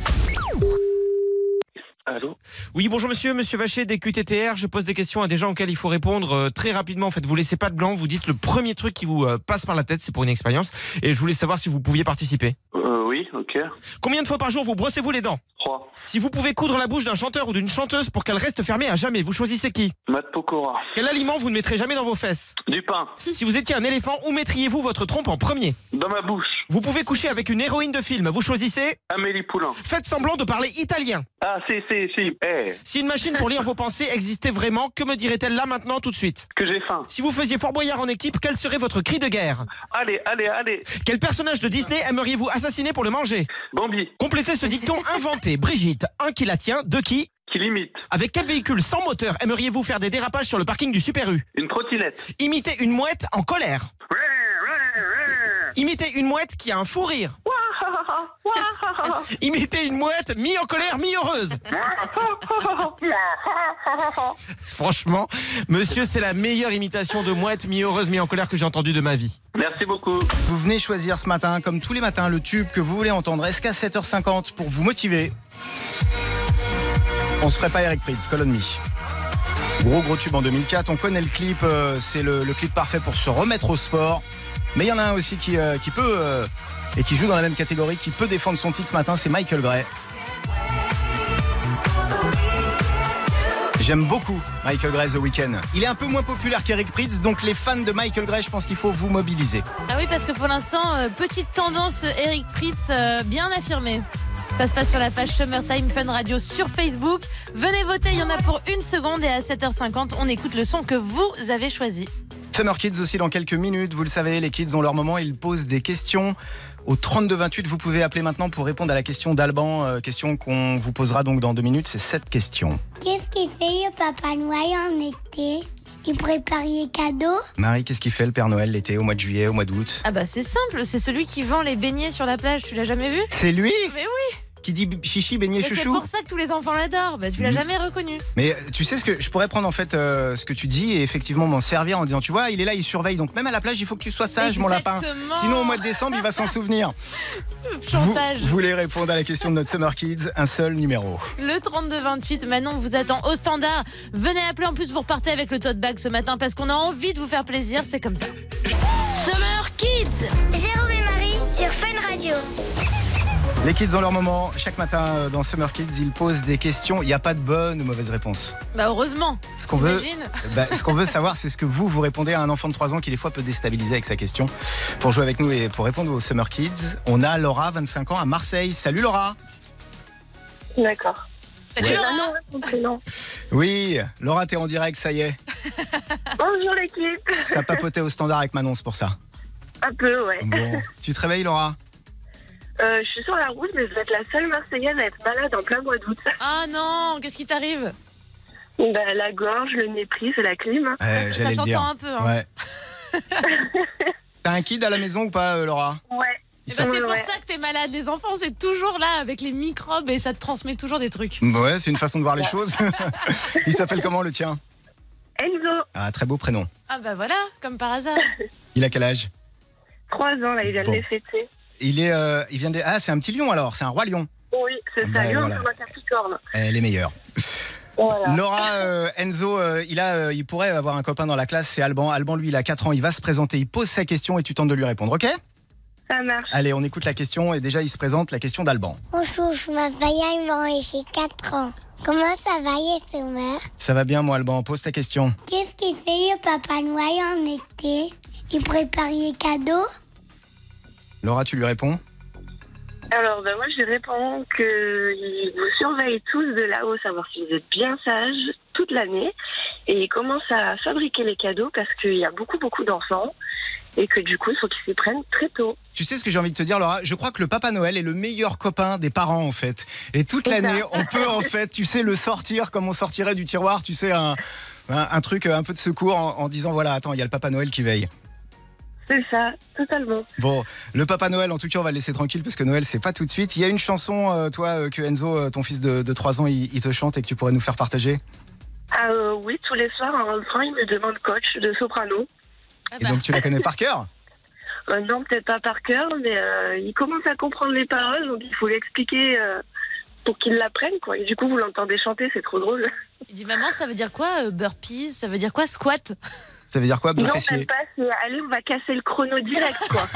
[SPEAKER 7] Allô
[SPEAKER 5] Oui, bonjour monsieur, monsieur Vacher des QTTR. Je pose des questions à des gens auxquels il faut répondre euh, très rapidement. En fait, vous laissez pas de blanc, vous dites le premier truc qui vous euh, passe par la tête, c'est pour une expérience. Et je voulais savoir si vous pouviez participer.
[SPEAKER 7] euh, Oui, ok.
[SPEAKER 5] Combien de fois par jour vous brossez-vous les dents
[SPEAKER 7] 3.
[SPEAKER 5] Si vous pouvez coudre la bouche d'un chanteur ou d'une chanteuse pour qu'elle reste fermée à jamais, vous choisissez qui
[SPEAKER 7] Matt Pokora.
[SPEAKER 5] Quel aliment vous ne mettrez jamais dans vos fesses
[SPEAKER 7] Du pain.
[SPEAKER 5] Si vous étiez un éléphant, où mettriez-vous votre trompe en premier
[SPEAKER 7] Dans ma bouche.
[SPEAKER 5] Vous pouvez coucher avec une héroïne de film, vous choisissez
[SPEAKER 7] Amélie Poulain.
[SPEAKER 5] Faites semblant de parler italien.
[SPEAKER 7] Ah, si, si, si. Eh,
[SPEAKER 5] Si une machine pour lire vos pensées existait vraiment, que me dirait-elle là maintenant tout de suite
[SPEAKER 7] que j'ai faim.
[SPEAKER 5] Si vous faisiez Fort Boyard en équipe, quel serait votre cri de guerre
[SPEAKER 7] Allez, allez, allez.
[SPEAKER 5] Quel personnage de Disney aimeriez-vous assassiner pour le manger
[SPEAKER 7] Bambi,
[SPEAKER 5] Complétez ce dicton inventé. Brigitte, un qui la tient, deux qui
[SPEAKER 7] qui limite.
[SPEAKER 5] Avec quel véhicule sans moteur aimeriez-vous faire des dérapages sur le parking du Super U
[SPEAKER 7] Une trottinette.
[SPEAKER 5] Imitez une mouette en colère. Imitez une mouette qui a un fou rire. Imitez une mouette mi en colère, mi heureuse. Franchement, monsieur, c'est la meilleure imitation de mouette mi heureuse, mi en colère que j'ai entendue de ma vie.
[SPEAKER 7] Merci beaucoup.
[SPEAKER 2] Vous venez choisir ce matin, comme tous les matins, le tube que vous voulez entendre. Est-ce qu'à 7h50 pour vous motiver On se ferait pas Eric Prydz, Colonne Me. Gros gros tube en 2004, on connaît le clip, euh, c'est le, le clip parfait pour se remettre au sport. Mais il y en a un aussi qui, euh, qui peut, euh, et qui joue dans la même catégorie, qui peut défendre son titre ce matin, c'est Michael Gray. J'aime beaucoup Michael Gray The Weeknd. Il est un peu moins populaire qu'Eric Prydz, donc les fans de Michael Gray, je pense qu'il faut vous mobiliser.
[SPEAKER 3] Ah oui, parce que pour l'instant, euh, petite tendance euh, Eric Pritz euh, bien affirmée. Ça se passe sur la page Summertime Fun Radio sur Facebook. Venez voter, il y en a pour une seconde et à 7h50, on écoute le son que vous avez choisi.
[SPEAKER 2] Summer Kids aussi dans quelques minutes. Vous le savez, les kids ont leur moment, ils posent des questions. Au 32-28, vous pouvez appeler maintenant pour répondre à la question d'Alban, euh, question qu'on vous posera donc dans deux minutes. C'est cette question.
[SPEAKER 8] Qu'est-ce qu'il fait le Papa Noël en été Il prépare les cadeaux
[SPEAKER 2] Marie, qu'est-ce qu'il fait le Père Noël l'été, au mois de juillet, au mois d'août
[SPEAKER 3] Ah bah c'est simple, c'est celui qui vend les beignets sur la plage, tu l'as jamais vu
[SPEAKER 2] C'est lui
[SPEAKER 3] Mais
[SPEAKER 2] qui dit chichi, beignet,
[SPEAKER 3] Mais C'est
[SPEAKER 2] chouchou
[SPEAKER 3] pour ça que tous les enfants l'adorent, bah tu l'as
[SPEAKER 2] Mhm.
[SPEAKER 3] jamais reconnu.
[SPEAKER 2] Mais tu sais ce que je pourrais prendre en fait euh, ce que tu dis et effectivement m'en servir en disant tu vois il est là il surveille donc même à la plage il faut que tu sois sage mon lapin
[SPEAKER 3] Exactement.
[SPEAKER 2] sinon au mois de décembre il va s'en souvenir vous
[SPEAKER 3] Chantage.
[SPEAKER 2] vous voulez répondre à la question de notre Summer Kids un seul numéro
[SPEAKER 3] Le 32-28, Manon vous attend au standard. Venez appeler, en plus vous repartez avec le tote bag ce matin parce qu'on a envie de vous faire plaisir, c'est comme ça.
[SPEAKER 6] Summer Kids
[SPEAKER 8] Jérôme et Marie sur Fun Radio.
[SPEAKER 2] Les kids ont leur moment. Chaque matin euh, dans Summer Kids, ils posent des questions. Il n'y a pas de bonne ou mauvaise réponse.
[SPEAKER 3] Bah heureusement,
[SPEAKER 2] Ce qu'on veut,
[SPEAKER 3] t'imagines
[SPEAKER 2] bah, ce qu'on veut savoir, c'est ce que vous, vous répondez à un enfant de 3 ans qui des fois peut déstabiliser avec sa question. Pour jouer avec nous et pour répondre aux Summer Kids, on a Laura, 25 ans, à Marseille. Salut Laura
[SPEAKER 4] D'accord.
[SPEAKER 3] Salut
[SPEAKER 2] Ouais.
[SPEAKER 3] Laura.
[SPEAKER 4] Non, non, non.
[SPEAKER 2] Oui, Laura, t'es en direct, ça y est.
[SPEAKER 4] Bonjour l'équipe.
[SPEAKER 2] Ça papotait au standard avec Manon, c'est pour ça.
[SPEAKER 4] Un peu, ouais.
[SPEAKER 2] Bon, tu te réveilles Laura
[SPEAKER 4] Euh, je suis sur la route, mais vous êtes la seule Marseillaise à être malade en plein mois d'août.
[SPEAKER 3] Ah non, qu'est-ce qui t'arrive
[SPEAKER 4] Bah, la gorge, le mépris, c'est la clim. hein.
[SPEAKER 2] Ouais,
[SPEAKER 3] Ça- Ça
[SPEAKER 2] Euh, J'allais le dire.
[SPEAKER 3] s'entend un peu. hein.
[SPEAKER 2] Ouais. T'as un kid à la maison ou pas, euh, Laura
[SPEAKER 4] Ouais.
[SPEAKER 3] Eh ben, c'est pour
[SPEAKER 4] Ouais.
[SPEAKER 3] ça que t'es malade, les enfants, c'est toujours là avec les microbes et ça te transmet toujours des trucs.
[SPEAKER 2] Ouais, c'est une façon de voir
[SPEAKER 3] Bah.
[SPEAKER 2] les choses. Il s'appelle comment le tien
[SPEAKER 4] Enzo,
[SPEAKER 2] Ah, très beau prénom.
[SPEAKER 3] Ah bah voilà, comme par hasard.
[SPEAKER 2] Il a quel âge
[SPEAKER 4] 3 ans, là, il vient
[SPEAKER 2] Bon.
[SPEAKER 4] de les fêter.
[SPEAKER 2] Il est, euh, il vient de... Ah, c'est un petit lion alors, c'est un roi lion.
[SPEAKER 4] Oui, c'est
[SPEAKER 2] Ben,
[SPEAKER 4] ça, Lyon
[SPEAKER 2] voilà.
[SPEAKER 4] comme un capricorne.
[SPEAKER 2] Elle est meilleure.
[SPEAKER 4] Voilà.
[SPEAKER 2] Laura, euh, Enzo, euh, il, a, euh, il pourrait avoir un copain dans la classe, c'est Alban. Alban, lui, il a 4 ans, il va se présenter, il pose sa question et tu tentes de lui répondre, ok
[SPEAKER 4] Ça marche.
[SPEAKER 2] Allez, on écoute la question et déjà, il se présente, la question d'Alban.
[SPEAKER 8] Bonjour, Oh, je m'appelle Yvan et j'ai 4 ans. Comment ça va, Yesomer
[SPEAKER 2] Ça va bien, moi, Alban, pose ta question.
[SPEAKER 8] Qu'est-ce qu'il fait le Papa Noël en été Il prépare les cadeaux
[SPEAKER 2] Laura, tu lui réponds
[SPEAKER 4] Alors, ben, moi, je réponds que ils vous surveillent tous de là-haut, savoir si vous êtes bien sages toute l'année. Et ils commencent à fabriquer les cadeaux parce qu'il y a beaucoup, beaucoup d'enfants. Et que du coup, il faut qu'ils s'y prennent très tôt.
[SPEAKER 2] Tu sais ce que j'ai envie de te dire, Laura Je crois que le Papa Noël est le meilleur copain des parents, en fait. Et toute l'année, on peut, en fait, tu sais, le sortir comme on sortirait du tiroir, tu sais, un, un- un truc, euh, un peu de secours en, en disant voilà, attends, il y a le Papa Noël qui veille.
[SPEAKER 4] C'est ça, totalement.
[SPEAKER 2] Bon, le Papa Noël, en tout cas, on va le laisser tranquille parce que Noël, c'est pas tout de suite. Il y a une chanson, euh, toi, euh, que Enzo, euh, ton fils de, de 3 ans, il, il te chante et que tu pourrais nous faire partager.
[SPEAKER 4] Ah euh, oui, tous les soirs, en rentrant, il me demande coach de soprano.
[SPEAKER 3] Ah
[SPEAKER 2] Et
[SPEAKER 3] bah,
[SPEAKER 2] donc, tu la connais par cœur
[SPEAKER 4] Euh, non, peut-être pas par cœur, mais euh, il commence à comprendre les paroles, donc il faut lui expliquer euh, pour qu'il l'apprenne, quoi. Et du coup, vous l'entendez chanter, c'est trop drôle.
[SPEAKER 3] Il dit maman, ça veut dire quoi euh, burpees Ça veut dire quoi squat
[SPEAKER 2] Ça veut dire quoi,
[SPEAKER 4] Non,
[SPEAKER 2] Bleu
[SPEAKER 4] même
[SPEAKER 2] Fessier
[SPEAKER 3] bah.
[SPEAKER 4] pas, c'est allez, on va casser le chrono direct, quoi.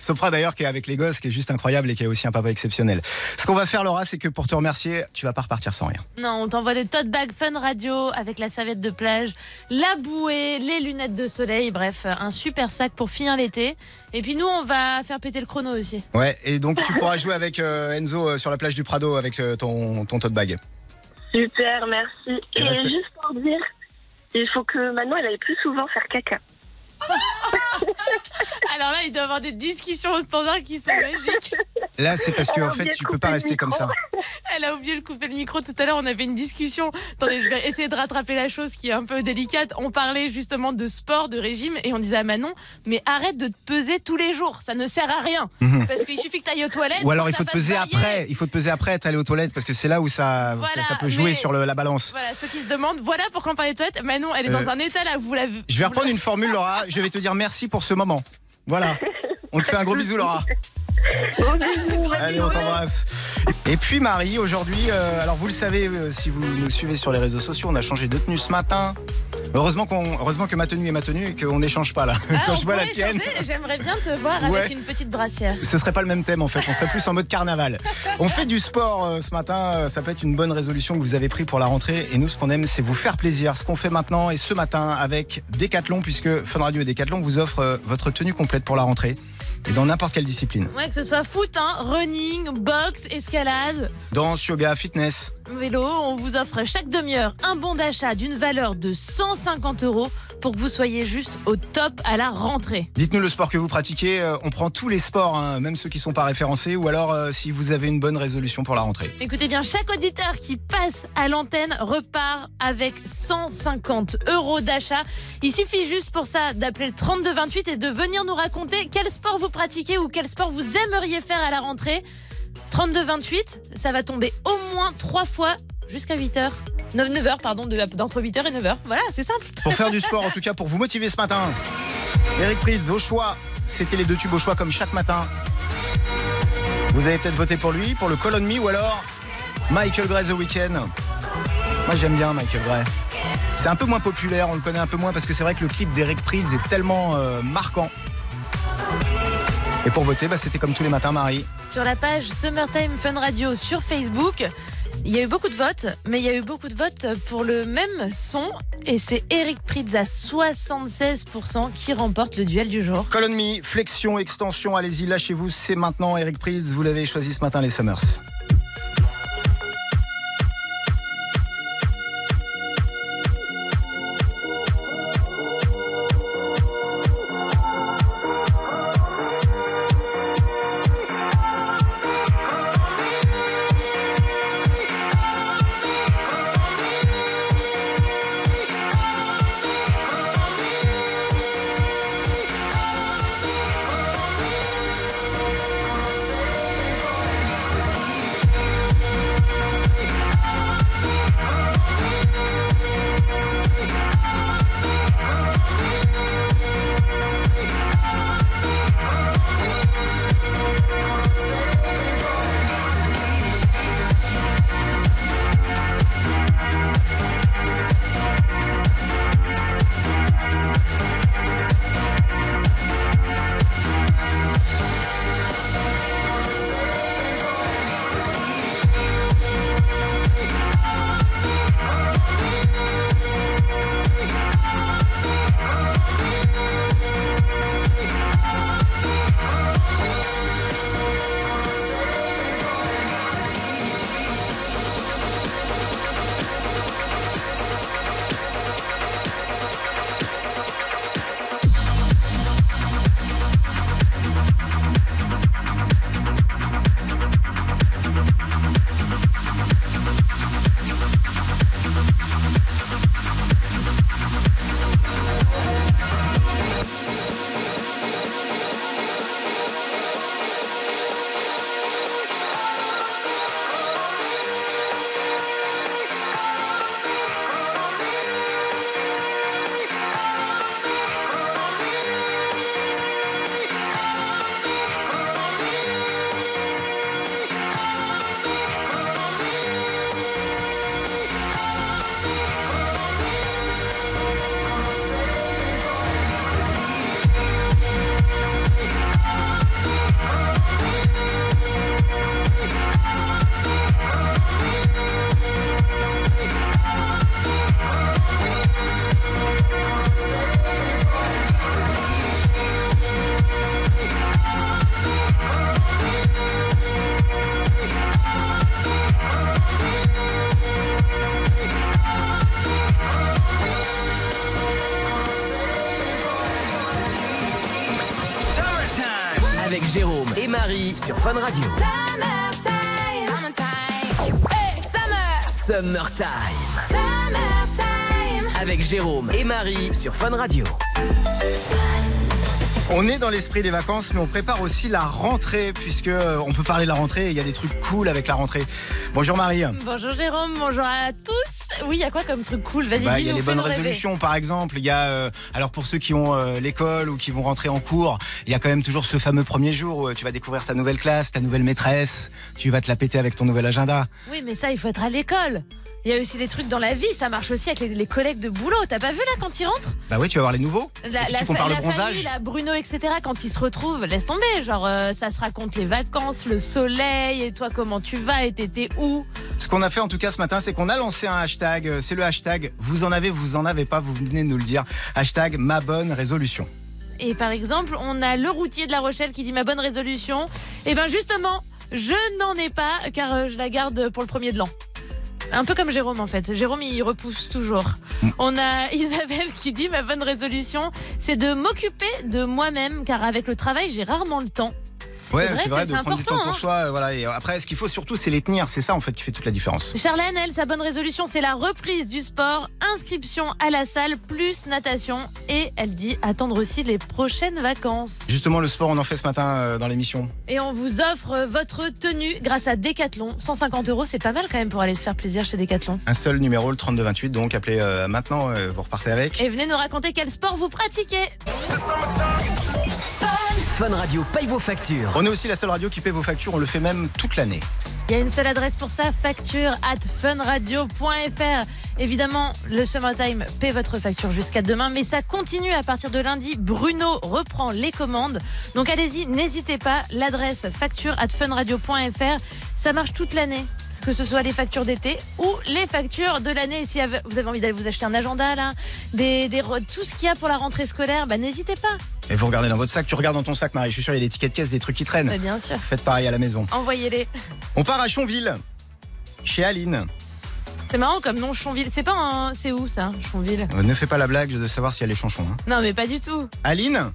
[SPEAKER 2] Sopra d'ailleurs qui est avec les gosses, qui est juste incroyable et qui est aussi un papa exceptionnel. Ce qu'on va faire, Laura, c'est que pour te remercier, tu vas pas repartir sans rien.
[SPEAKER 3] Non, on t'envoie le tote bag Fun Radio avec la serviette de plage, la bouée, les lunettes de soleil, bref, un super sac pour finir l'été. Et puis nous, on va faire péter le chrono aussi.
[SPEAKER 2] Ouais, et donc tu pourras jouer avec euh, Enzo euh, sur la plage du Prado avec euh, ton, ton tote bag.
[SPEAKER 4] Super, merci.
[SPEAKER 2] Il
[SPEAKER 4] Et
[SPEAKER 2] reste-
[SPEAKER 4] juste pour dire, il faut que maintenant, elle aille plus souvent faire caca.
[SPEAKER 3] Alors là, il doit y avoir des discussions au standard qui sont magiques.
[SPEAKER 2] Là, c'est parce que
[SPEAKER 3] Oh,
[SPEAKER 4] Alors,
[SPEAKER 2] en fait,
[SPEAKER 4] bien
[SPEAKER 2] tu peux pas
[SPEAKER 4] couper le
[SPEAKER 2] rester comme ça.
[SPEAKER 3] Elle a oublié de couper le micro tout à l'heure, on avait une discussion. Attendez, je vais essayer de rattraper la chose qui est un peu délicate. On parlait justement de sport, de régime, et on disait à Manon, mais arrête de te peser tous les jours, ça ne sert à rien.
[SPEAKER 2] Mhm.
[SPEAKER 3] Parce qu'il suffit que tu ailles aux toilettes.
[SPEAKER 2] Ou alors
[SPEAKER 3] pour
[SPEAKER 2] il
[SPEAKER 3] que
[SPEAKER 2] faut te
[SPEAKER 3] ça fasse
[SPEAKER 2] peser
[SPEAKER 3] varier.
[SPEAKER 2] après, il faut te peser après, t'aller aux toilettes parce que c'est là où ça,
[SPEAKER 3] Voilà,
[SPEAKER 2] ça, ça peut jouer
[SPEAKER 3] mais-
[SPEAKER 2] sur le- la balance.
[SPEAKER 3] Voilà, ceux qui se demandent, voilà pourquoi on parlait de toilettes. Manon, elle est
[SPEAKER 2] Euh,
[SPEAKER 3] dans un état là, vous la vu.
[SPEAKER 2] Je vais reprendre une formule, Laura. Je vais te dire merci pour ce moment. Voilà. On te fait un gros bisou, Laura.
[SPEAKER 4] Bon bisous,
[SPEAKER 2] Allez, on t'embrasse. Et puis Marie, aujourd'hui, euh, alors vous le savez, euh, si vous nous suivez sur les réseaux sociaux, on a changé de tenue ce matin. Heureusement, qu'on, heureusement que ma tenue est ma tenue et qu'on n'échange pas là.
[SPEAKER 3] Ah,
[SPEAKER 2] Quand je vois la tienne,
[SPEAKER 3] J'aimerais bien te voir
[SPEAKER 2] Ouais.
[SPEAKER 3] avec une petite brassière.
[SPEAKER 2] ce serait pas le même thème en fait. On serait plus en mode carnaval. On fait du sport euh, ce matin. euh, Ça peut être une bonne résolution que vous avez prise pour la rentrée. Et nous, ce qu'on aime, c'est vous faire plaisir. Ce qu'on fait maintenant et ce matin avec Decathlon, puisque Fun Radio et Decathlon vous offrent euh, votre tenue complète pour la rentrée et dans n'importe quelle discipline.
[SPEAKER 3] Ouais, que ce soit foot, hein, running, boxe, escalade,
[SPEAKER 2] Danse, yoga, fitness.
[SPEAKER 3] vélo, on vous offre chaque demi-heure un bon d'achat d'une valeur de 150 euros pour que vous soyez juste au top à la rentrée.
[SPEAKER 2] Dites-nous le sport que vous pratiquez. Euh, On prend tous les sports, hein, même ceux qui sont pas référencés, ou alors euh, si vous avez une bonne résolution pour la rentrée.
[SPEAKER 3] Écoutez bien, chaque auditeur qui passe à l'antenne repart avec 150 euros d'achat. Il suffit juste pour ça d'appeler le 3228 et de venir nous raconter quel sport vous pratiquez ou quel sport vous aimeriez faire à la rentrée. 3228, ça va tomber au moins 3 fois jusqu'à 8h. 9h, pardon, de- d'entre 8h et 9h. Voilà, c'est simple.
[SPEAKER 2] Pour faire du sport, en tout cas, pour vous motiver ce matin. Eric Prise, au choix. C'était les deux tubes au choix, comme chaque matin. Vous avez peut-être voté pour lui, pour le Colon Me, ou alors Michael Gray The Weeknd. Moi, j'aime bien Michael Gray. C'est un peu moins populaire, on le connaît un peu moins parce que c'est vrai que le clip d'Eric Prise est tellement euh, marquant. Et pour voter, bah, c'était comme tous les matins, Marie.
[SPEAKER 3] sur la page Summertime Fun Radio sur Facebook. Il y a eu beaucoup de votes, mais il y a eu beaucoup de votes pour le même son. Et c'est Eric Pritz à 76% qui remporte le duel du jour.
[SPEAKER 2] Colon Me, flexion, extension, allez-y, lâchez-vous, c'est maintenant Eric Prise, vous l'avez choisi ce matin les Summers.
[SPEAKER 9] Believe
[SPEAKER 1] Avec Jérôme et Marie sur Fun Radio. Summertime. Avec Jérôme et Marie sur Fun Radio.
[SPEAKER 2] On est dans l'esprit des vacances, mais on prépare aussi la rentrée, puisque euh, on peut parler de la rentrée. et Il y a des trucs cool avec la rentrée. Bonjour Marie.
[SPEAKER 3] Bonjour Jérôme, bonjour à tous. Oui, il y a quoi comme truc cool Vas-y,
[SPEAKER 2] Bah, il y
[SPEAKER 3] dis-nous,
[SPEAKER 2] a les bonnes
[SPEAKER 3] fais-nous rêver.
[SPEAKER 2] résolutions, par exemple. Il y a, euh, alors pour ceux qui ont euh, l'école ou qui vont rentrer en cours, il y a quand même toujours ce fameux premier jour où euh, tu vas découvrir ta nouvelle classe, ta nouvelle maîtresse. Tu vas te la péter avec ton nouvel agenda.
[SPEAKER 3] Oui, mais ça, il faut être à l'école. Il y a aussi des trucs dans la vie, ça marche aussi avec les, les collègues de boulot. T'as pas vu là quand ils rentrent
[SPEAKER 2] Bah oui, tu vas voir les nouveaux. Et
[SPEAKER 3] La,
[SPEAKER 2] puis
[SPEAKER 3] la
[SPEAKER 2] tu
[SPEAKER 3] fa-
[SPEAKER 2] compares
[SPEAKER 3] la
[SPEAKER 2] le bronzage.
[SPEAKER 3] famille, la Bruno, etc. Quand ils se retrouvent, laisse tomber. Genre, euh, ça se raconte les vacances, le soleil, et toi, comment tu vas, et t'étais où
[SPEAKER 2] Ce qu'on a fait en tout cas ce matin, c'est qu'on a lancé un hashtag. Euh, C'est le hashtag vous en avez, vous en avez pas, vous venez de nous le dire. Hashtag ma bonne résolution.
[SPEAKER 3] Et par exemple, on a le routier de La Rochelle qui dit ma bonne résolution. Et ben justement, je n'en ai pas car euh, je la garde pour le premier de l'an. Un peu comme Jérôme en fait. Jérôme il repousse toujours.
[SPEAKER 2] Mm.
[SPEAKER 3] On a Isabelle qui dit ma bonne résolution, c'est de m'occuper de moi-même car avec le travail j'ai rarement le temps.
[SPEAKER 2] Ouais,
[SPEAKER 3] C'est vrai
[SPEAKER 2] c'est vrai,
[SPEAKER 3] que
[SPEAKER 2] de
[SPEAKER 3] c'est
[SPEAKER 2] prendre du temps
[SPEAKER 3] important,
[SPEAKER 2] pour
[SPEAKER 3] hein.
[SPEAKER 2] soi. euh, Voilà. Et après, ce qu'il faut surtout, c'est les tenir. C'est ça en fait qui fait toute la différence.
[SPEAKER 3] Charlène, elle, sa bonne résolution, c'est la reprise du sport, inscription à la salle, plus natation. Et elle dit attendre aussi les prochaines vacances.
[SPEAKER 2] Justement, le sport, on en fait ce matin euh, dans l'émission.
[SPEAKER 3] Et on vous offre euh, votre tenue grâce à Decathlon. 150 euros, c'est pas mal quand même pour aller se faire plaisir chez Decathlon.
[SPEAKER 2] Un seul numéro, le 3228. Donc appelez euh, maintenant, euh, vous repartez avec.
[SPEAKER 3] Et venez nous raconter quel sport vous pratiquez.
[SPEAKER 1] Fun Radio paye vos factures.
[SPEAKER 2] On est aussi la seule radio qui paie vos factures. On le fait même toute l'année.
[SPEAKER 3] Il y a une seule adresse pour ça, facture at funradio.fr. Évidemment, le Summertime paie votre facture jusqu'à demain, mais ça continue à partir de lundi. Bruno reprend les commandes. Donc allez-y, n'hésitez pas. L'adresse facture at funradio.fr, ça marche toute l'année. Que ce soit les factures d'été ou les factures de l'année. Si vous avez envie d'aller vous acheter un agenda, là, des, des re- tout ce qu'il y a pour la rentrée scolaire, bah, n'hésitez pas.
[SPEAKER 2] Et vous regardez dans votre sac. Tu regardes dans ton sac, Marie. Je suis sûr, il y a des tickets de caisse, des trucs qui traînent.
[SPEAKER 3] Mais Bah, bien sûr,
[SPEAKER 2] Faites pareil à la maison.
[SPEAKER 3] envoyez-les.
[SPEAKER 2] On part à Chonville. Chez Aline.
[SPEAKER 3] C'est marrant comme nom, Chonville. C'est pas un. C'est où ça, Chonville
[SPEAKER 2] Euh, ne fais pas la blague de savoir si elle est chanchon. hein.
[SPEAKER 3] Non, mais pas du tout.
[SPEAKER 2] Aline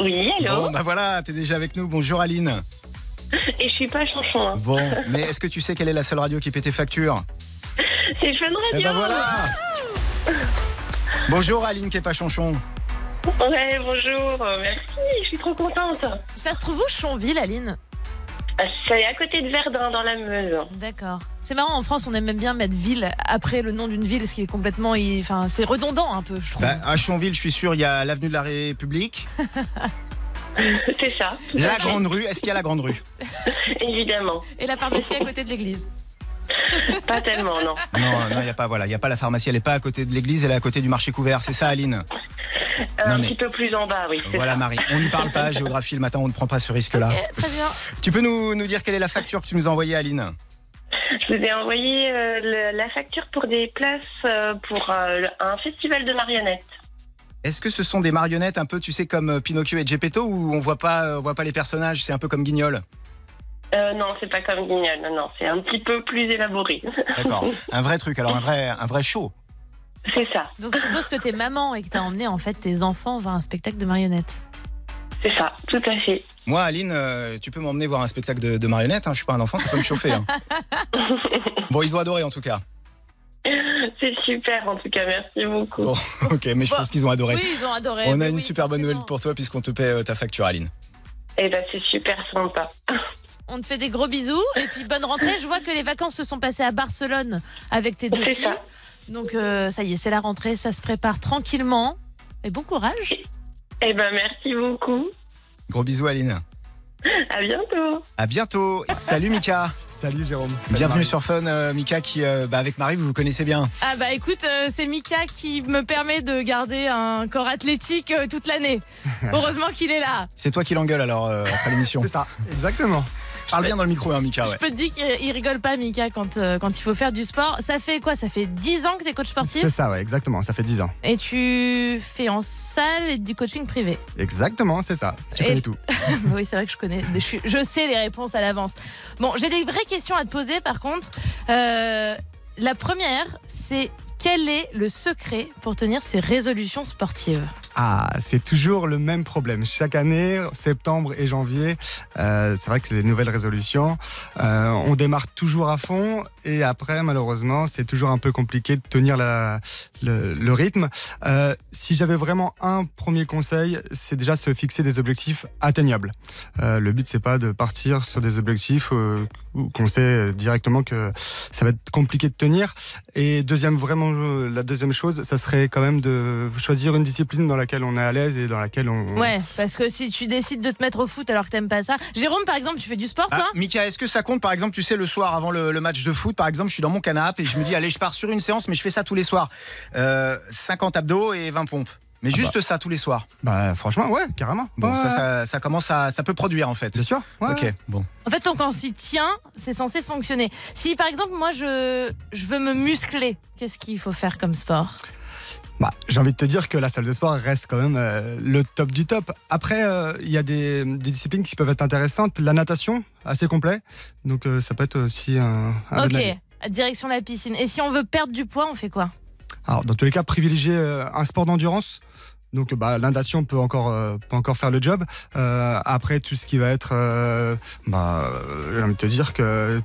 [SPEAKER 4] Oui, allô
[SPEAKER 2] Bon, bah voilà, t'es déjà avec nous. Bonjour Aline.
[SPEAKER 4] Et je suis pas chanson, hein.
[SPEAKER 2] Bon, mais est-ce que tu sais quelle est la seule radio qui paie tes factures
[SPEAKER 4] C'est Fun
[SPEAKER 2] Eh
[SPEAKER 4] Radio
[SPEAKER 2] ben voilà Bonjour Aline qui est pas chanchon.
[SPEAKER 4] Ouais, bonjour, euh, merci, je suis trop contente.
[SPEAKER 3] Ça se trouve où, Chonville, Aline
[SPEAKER 4] Ah, C'est à côté de Verdun, dans la Meuse.
[SPEAKER 3] D'accord. C'est marrant, en France, on aime même bien mettre ville après le nom d'une ville, ce qui est complètement. i- Enfin, c'est redondant un peu, je trouve.
[SPEAKER 2] Bah, à Chonville, je suis sûr, il y a l'avenue de la République,
[SPEAKER 4] C'est ça,
[SPEAKER 2] la Grande Rue. Est-ce qu'il y a la Grande Rue
[SPEAKER 4] évidemment.
[SPEAKER 3] Et la pharmacie à côté de l'église.
[SPEAKER 4] Pas tellement, non.
[SPEAKER 2] Non, non, il y a pas. Voilà, il y a pas la pharmacie. Elle est pas à côté de l'église, elle est à côté du marché couvert. C'est ça, Aline.
[SPEAKER 4] Un
[SPEAKER 2] Non, mais-
[SPEAKER 4] petit peu plus en bas, oui. c'est
[SPEAKER 2] Voilà,
[SPEAKER 4] ça.
[SPEAKER 2] Marie. On ne parle pas géographie le matin. On ne prend pas ce risque-là.
[SPEAKER 3] Eh, très bien.
[SPEAKER 2] Tu peux nous, nous dire quelle est la facture que tu nous as envoyée, Aline
[SPEAKER 4] Je vous ai envoyé euh, le- la facture pour des places euh, pour euh, le- un festival de marionnettes.
[SPEAKER 2] Est-ce que ce sont des marionnettes un peu, tu sais, comme euh, Pinocchio et Geppetto, où on voit pas, euh, on voit pas les personnages C'est un peu comme Guignol.
[SPEAKER 4] Euh, non, c'est pas comme Guignol, non, non, c'est un petit peu plus élaboré.
[SPEAKER 2] D'accord. Un vrai truc. Alors un vrai, un vrai show.
[SPEAKER 4] C'est ça,
[SPEAKER 3] Donc, je suppose que t'es maman et que t'as emmené en fait tes enfants voir un spectacle de marionnettes.
[SPEAKER 4] c'est ça, tout à fait.
[SPEAKER 2] Moi, Aline, euh, tu peux m'emmener voir un spectacle de, de marionnettes. Hein. Je suis pas un enfant, ça peut me chauffer. hein. Bon, ils ont adoré en tout cas.
[SPEAKER 4] C'est super, en tout cas, merci beaucoup.
[SPEAKER 2] Bon. Ok, mais je
[SPEAKER 3] Bon.
[SPEAKER 2] pense qu'ils ont adoré.
[SPEAKER 3] Oui, ils ont adoré.
[SPEAKER 2] On a
[SPEAKER 3] mais
[SPEAKER 2] une
[SPEAKER 3] oui,
[SPEAKER 2] super bonne nouvelle
[SPEAKER 3] forcément.
[SPEAKER 2] pour toi puisqu'on te paie euh, ta facture, Aline.
[SPEAKER 4] Eh ben, c'est super sympa.
[SPEAKER 3] On te fait des gros bisous et puis bonne rentrée. Je vois que les vacances se sont passées à Barcelone avec tes deux
[SPEAKER 4] C'est
[SPEAKER 3] filles.
[SPEAKER 4] ça.
[SPEAKER 3] Donc, euh, ça y est, c'est la rentrée, ça se prépare tranquillement. Et bon courage.
[SPEAKER 4] Eh ben, merci beaucoup.
[SPEAKER 2] Gros bisous, Aline.
[SPEAKER 4] À bientôt.
[SPEAKER 2] À bientôt. Salut, Mika.
[SPEAKER 9] Salut Jérôme.
[SPEAKER 2] Bienvenue sur Fun, euh, Mika, qui, euh, bah, avec Marie, vous vous connaissez bien.
[SPEAKER 3] Ah bah écoute, euh, c'est Mika qui me permet de garder un corps athlétique euh, toute l'année. Heureusement qu'il est là.
[SPEAKER 2] C'est toi qui l'engueule alors euh, après l'émission.
[SPEAKER 9] C'est ça, exactement.
[SPEAKER 2] Parle bien dans le micro, hein,
[SPEAKER 9] Ah
[SPEAKER 2] Mika.
[SPEAKER 3] Je
[SPEAKER 2] Ouais.
[SPEAKER 3] peux te dire qu'il il rigole pas Mika quand, euh, quand il faut faire du sport. Ça fait quoi Ça fait 10 ans que t'es coach sportif
[SPEAKER 9] C'est ça, ouais, exactement. Ça fait 10 ans.
[SPEAKER 3] et tu fais en salle et du coaching privé.
[SPEAKER 9] Exactement, c'est ça. Tu
[SPEAKER 3] Et-
[SPEAKER 9] connais tout.
[SPEAKER 3] oui, c'est vrai que je connais, je, suis- je sais les réponses à l'avance. Bon, j'ai des vraies questions à te poser par contre. Euh, la première, c'est quel est le secret pour tenir ses résolutions sportives
[SPEAKER 9] Ah, c'est toujours le même problème. Chaque année, septembre et janvier, euh, c'est vrai que c'est des nouvelles résolutions. Euh, on démarre toujours à fond et après, malheureusement, c'est toujours un peu compliqué de tenir la- le, le rythme. Euh, si j'avais vraiment un premier conseil, c'est déjà se fixer des objectifs atteignables. Euh, le but, c'est pas de partir sur des objectifs euh, où- qu'on sait directement que ça va être compliqué de tenir. Et deuxième, vraiment, euh, la deuxième chose, ça serait quand même de choisir une discipline dans laquelle on est à l'aise et dans laquelle on.
[SPEAKER 3] Ouais, parce que si tu décides de te mettre au foot alors que t'aimes pas ça. Jérôme, par exemple, tu fais du sport,
[SPEAKER 2] Ah,
[SPEAKER 3] toi
[SPEAKER 2] Mika, est-ce que ça compte Par exemple, tu sais, le soir avant le, le match de foot, par exemple, je suis dans mon canapé et je me dis, allez, je pars sur une séance, mais je fais ça tous les soirs. Euh, 50 abdos et 20 pompes. Mais juste ça tous les soirs.
[SPEAKER 9] Bah, franchement, ouais, carrément.
[SPEAKER 2] Bon,
[SPEAKER 9] Ouais,
[SPEAKER 2] ça,
[SPEAKER 9] Ah ouais.
[SPEAKER 2] ça, ça commence à, ça peut produire en fait.
[SPEAKER 9] Bien sûr. ouais,
[SPEAKER 2] Ok, bon.
[SPEAKER 3] En fait, tant qu'on s'y tient, c'est censé fonctionner. Si, par exemple, moi, je, je veux me muscler, qu'est-ce qu'il faut faire comme sport
[SPEAKER 9] Bah, j'ai envie de te dire que la salle de sport reste quand même euh, le top du top. Après, euh, il y a des, des disciplines qui peuvent être intéressantes. La natation, assez complet. Donc, euh, ça peut être aussi un,
[SPEAKER 2] Ah,
[SPEAKER 9] un
[SPEAKER 3] Ok,
[SPEAKER 9] bon allié.
[SPEAKER 3] direction la piscine. Et si on veut perdre du poids, on fait quoi
[SPEAKER 9] Alors, dans tous les cas, privilégier euh, un sport d'endurance. Donc, euh, bah, la natation peut encore, euh, peut encore faire le job. Euh, après, tout ce qui va être. euh, bah, euh, j'ai envie de te dire que.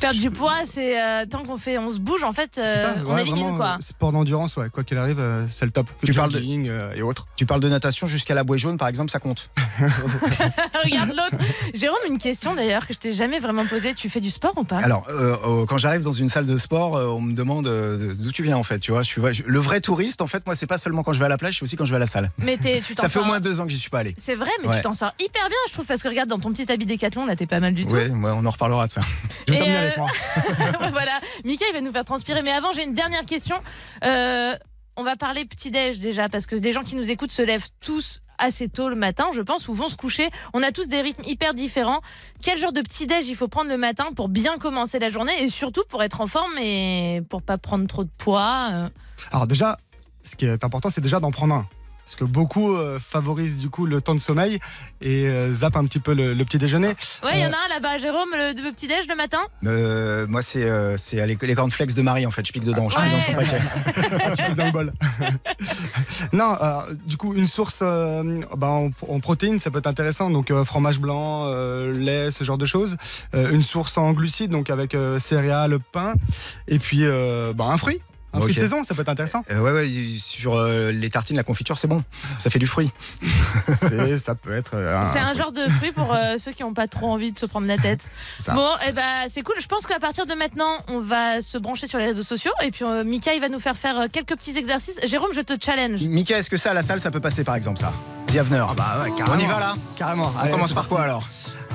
[SPEAKER 3] Perdre du poids, c'est euh, tant qu'on fait, on se bouge, en fait,
[SPEAKER 9] c'est ça,
[SPEAKER 3] euh, on
[SPEAKER 9] ouais,
[SPEAKER 3] élimine
[SPEAKER 9] vraiment,
[SPEAKER 3] quoi.
[SPEAKER 9] euh, Sport d'endurance, ouais, quoi qu'il arrive, euh, c'est le top.
[SPEAKER 2] Tu parles de-
[SPEAKER 9] Jogging, euh, et autres.
[SPEAKER 2] Tu parles de natation jusqu'à la bouée jaune, par exemple, ça compte. euh,
[SPEAKER 3] Regarde l'autre. Jérôme, une question d'ailleurs que je t'ai jamais vraiment posée. Tu fais du sport ou pas
[SPEAKER 9] Ah.
[SPEAKER 2] Alors, euh, euh, quand j'arrive dans une salle de sport, euh, on me demande euh, d'où tu viens en fait. Tu vois, je suis je- le vrai touriste. En fait, moi, c'est pas seulement quand je vais à la plage, c'est aussi quand je vais à la salle.
[SPEAKER 3] Mais t'es- tu t'en
[SPEAKER 2] Ça fait au
[SPEAKER 3] sors-
[SPEAKER 2] moins deux ans que j'y suis pas allé.
[SPEAKER 3] C'est vrai, mais
[SPEAKER 2] Ouais.
[SPEAKER 3] tu t'en sors hyper bien, je trouve, parce que regarde, dans ton petit habit décathlon, là, t'es pas mal du tout.
[SPEAKER 2] Ouais, ouais, on en reparlera de ça.
[SPEAKER 9] Je vais
[SPEAKER 3] Et,
[SPEAKER 9] t'emmener
[SPEAKER 3] euh,
[SPEAKER 9] avec moi.
[SPEAKER 3] voilà, Mika, il va nous faire transpirer. Mais avant, j'ai une dernière question. Euh, on va parler petit-déj déjà, parce que des gens qui nous écoutent se lèvent tous assez tôt le matin, je pense, ou vont se coucher. On a tous des rythmes hyper différents. Quel genre de petit-déj il faut prendre le matin pour bien commencer la journée et surtout pour être en forme et pour pas prendre trop de poids euh.
[SPEAKER 9] Alors déjà, ce qui est important, c'est déjà d'en prendre un. Parce que beaucoup euh, favorisent du coup le temps de sommeil et euh, zappent un petit peu le, le petit déjeuner.
[SPEAKER 3] Ouais, il y en
[SPEAKER 9] Euh.
[SPEAKER 3] a un là-bas, Jérôme, le, le petit-déj le matin.
[SPEAKER 2] Euh, moi, c'est euh, c'est, euh, les, les cornflakes de Marie en fait. Je pique dedans, je pique dans son
[SPEAKER 3] Ouais.
[SPEAKER 2] paquet.
[SPEAKER 9] dans le bol. non, alors, du coup, une source euh, bah, en, en protéines, ça peut être intéressant. Donc euh, fromage blanc, euh, lait, ce genre de choses. Euh, une source en glucides, donc avec euh, céréales, pain. Et puis euh, bah, un fruit. Un
[SPEAKER 2] Ok.
[SPEAKER 9] fruit de saison, ça peut être intéressant.
[SPEAKER 2] Euh, ouais, ouais, sur euh, les tartines, la confiture, c'est bon. Ça fait du fruit.
[SPEAKER 9] C'est- ça peut être euh,
[SPEAKER 2] Ah,
[SPEAKER 3] C'est un genre de fruit pour euh, ceux qui n'ont pas trop envie de se prendre la tête.
[SPEAKER 9] ça.
[SPEAKER 3] Bon, et ben c'est cool. Je pense qu'à partir de maintenant, on va se brancher sur les réseaux sociaux. Et puis, euh, Mika, il va nous faire faire euh, quelques petits exercices. Jérôme, je te challenge.
[SPEAKER 2] Mika, est-ce que ça à la salle, ça peut passer par exemple ça The Avener. on y va là
[SPEAKER 9] Ah bah Carrément.
[SPEAKER 2] On
[SPEAKER 9] Allez,
[SPEAKER 2] commence
[SPEAKER 9] c'est
[SPEAKER 2] par
[SPEAKER 9] parti.
[SPEAKER 2] quoi alors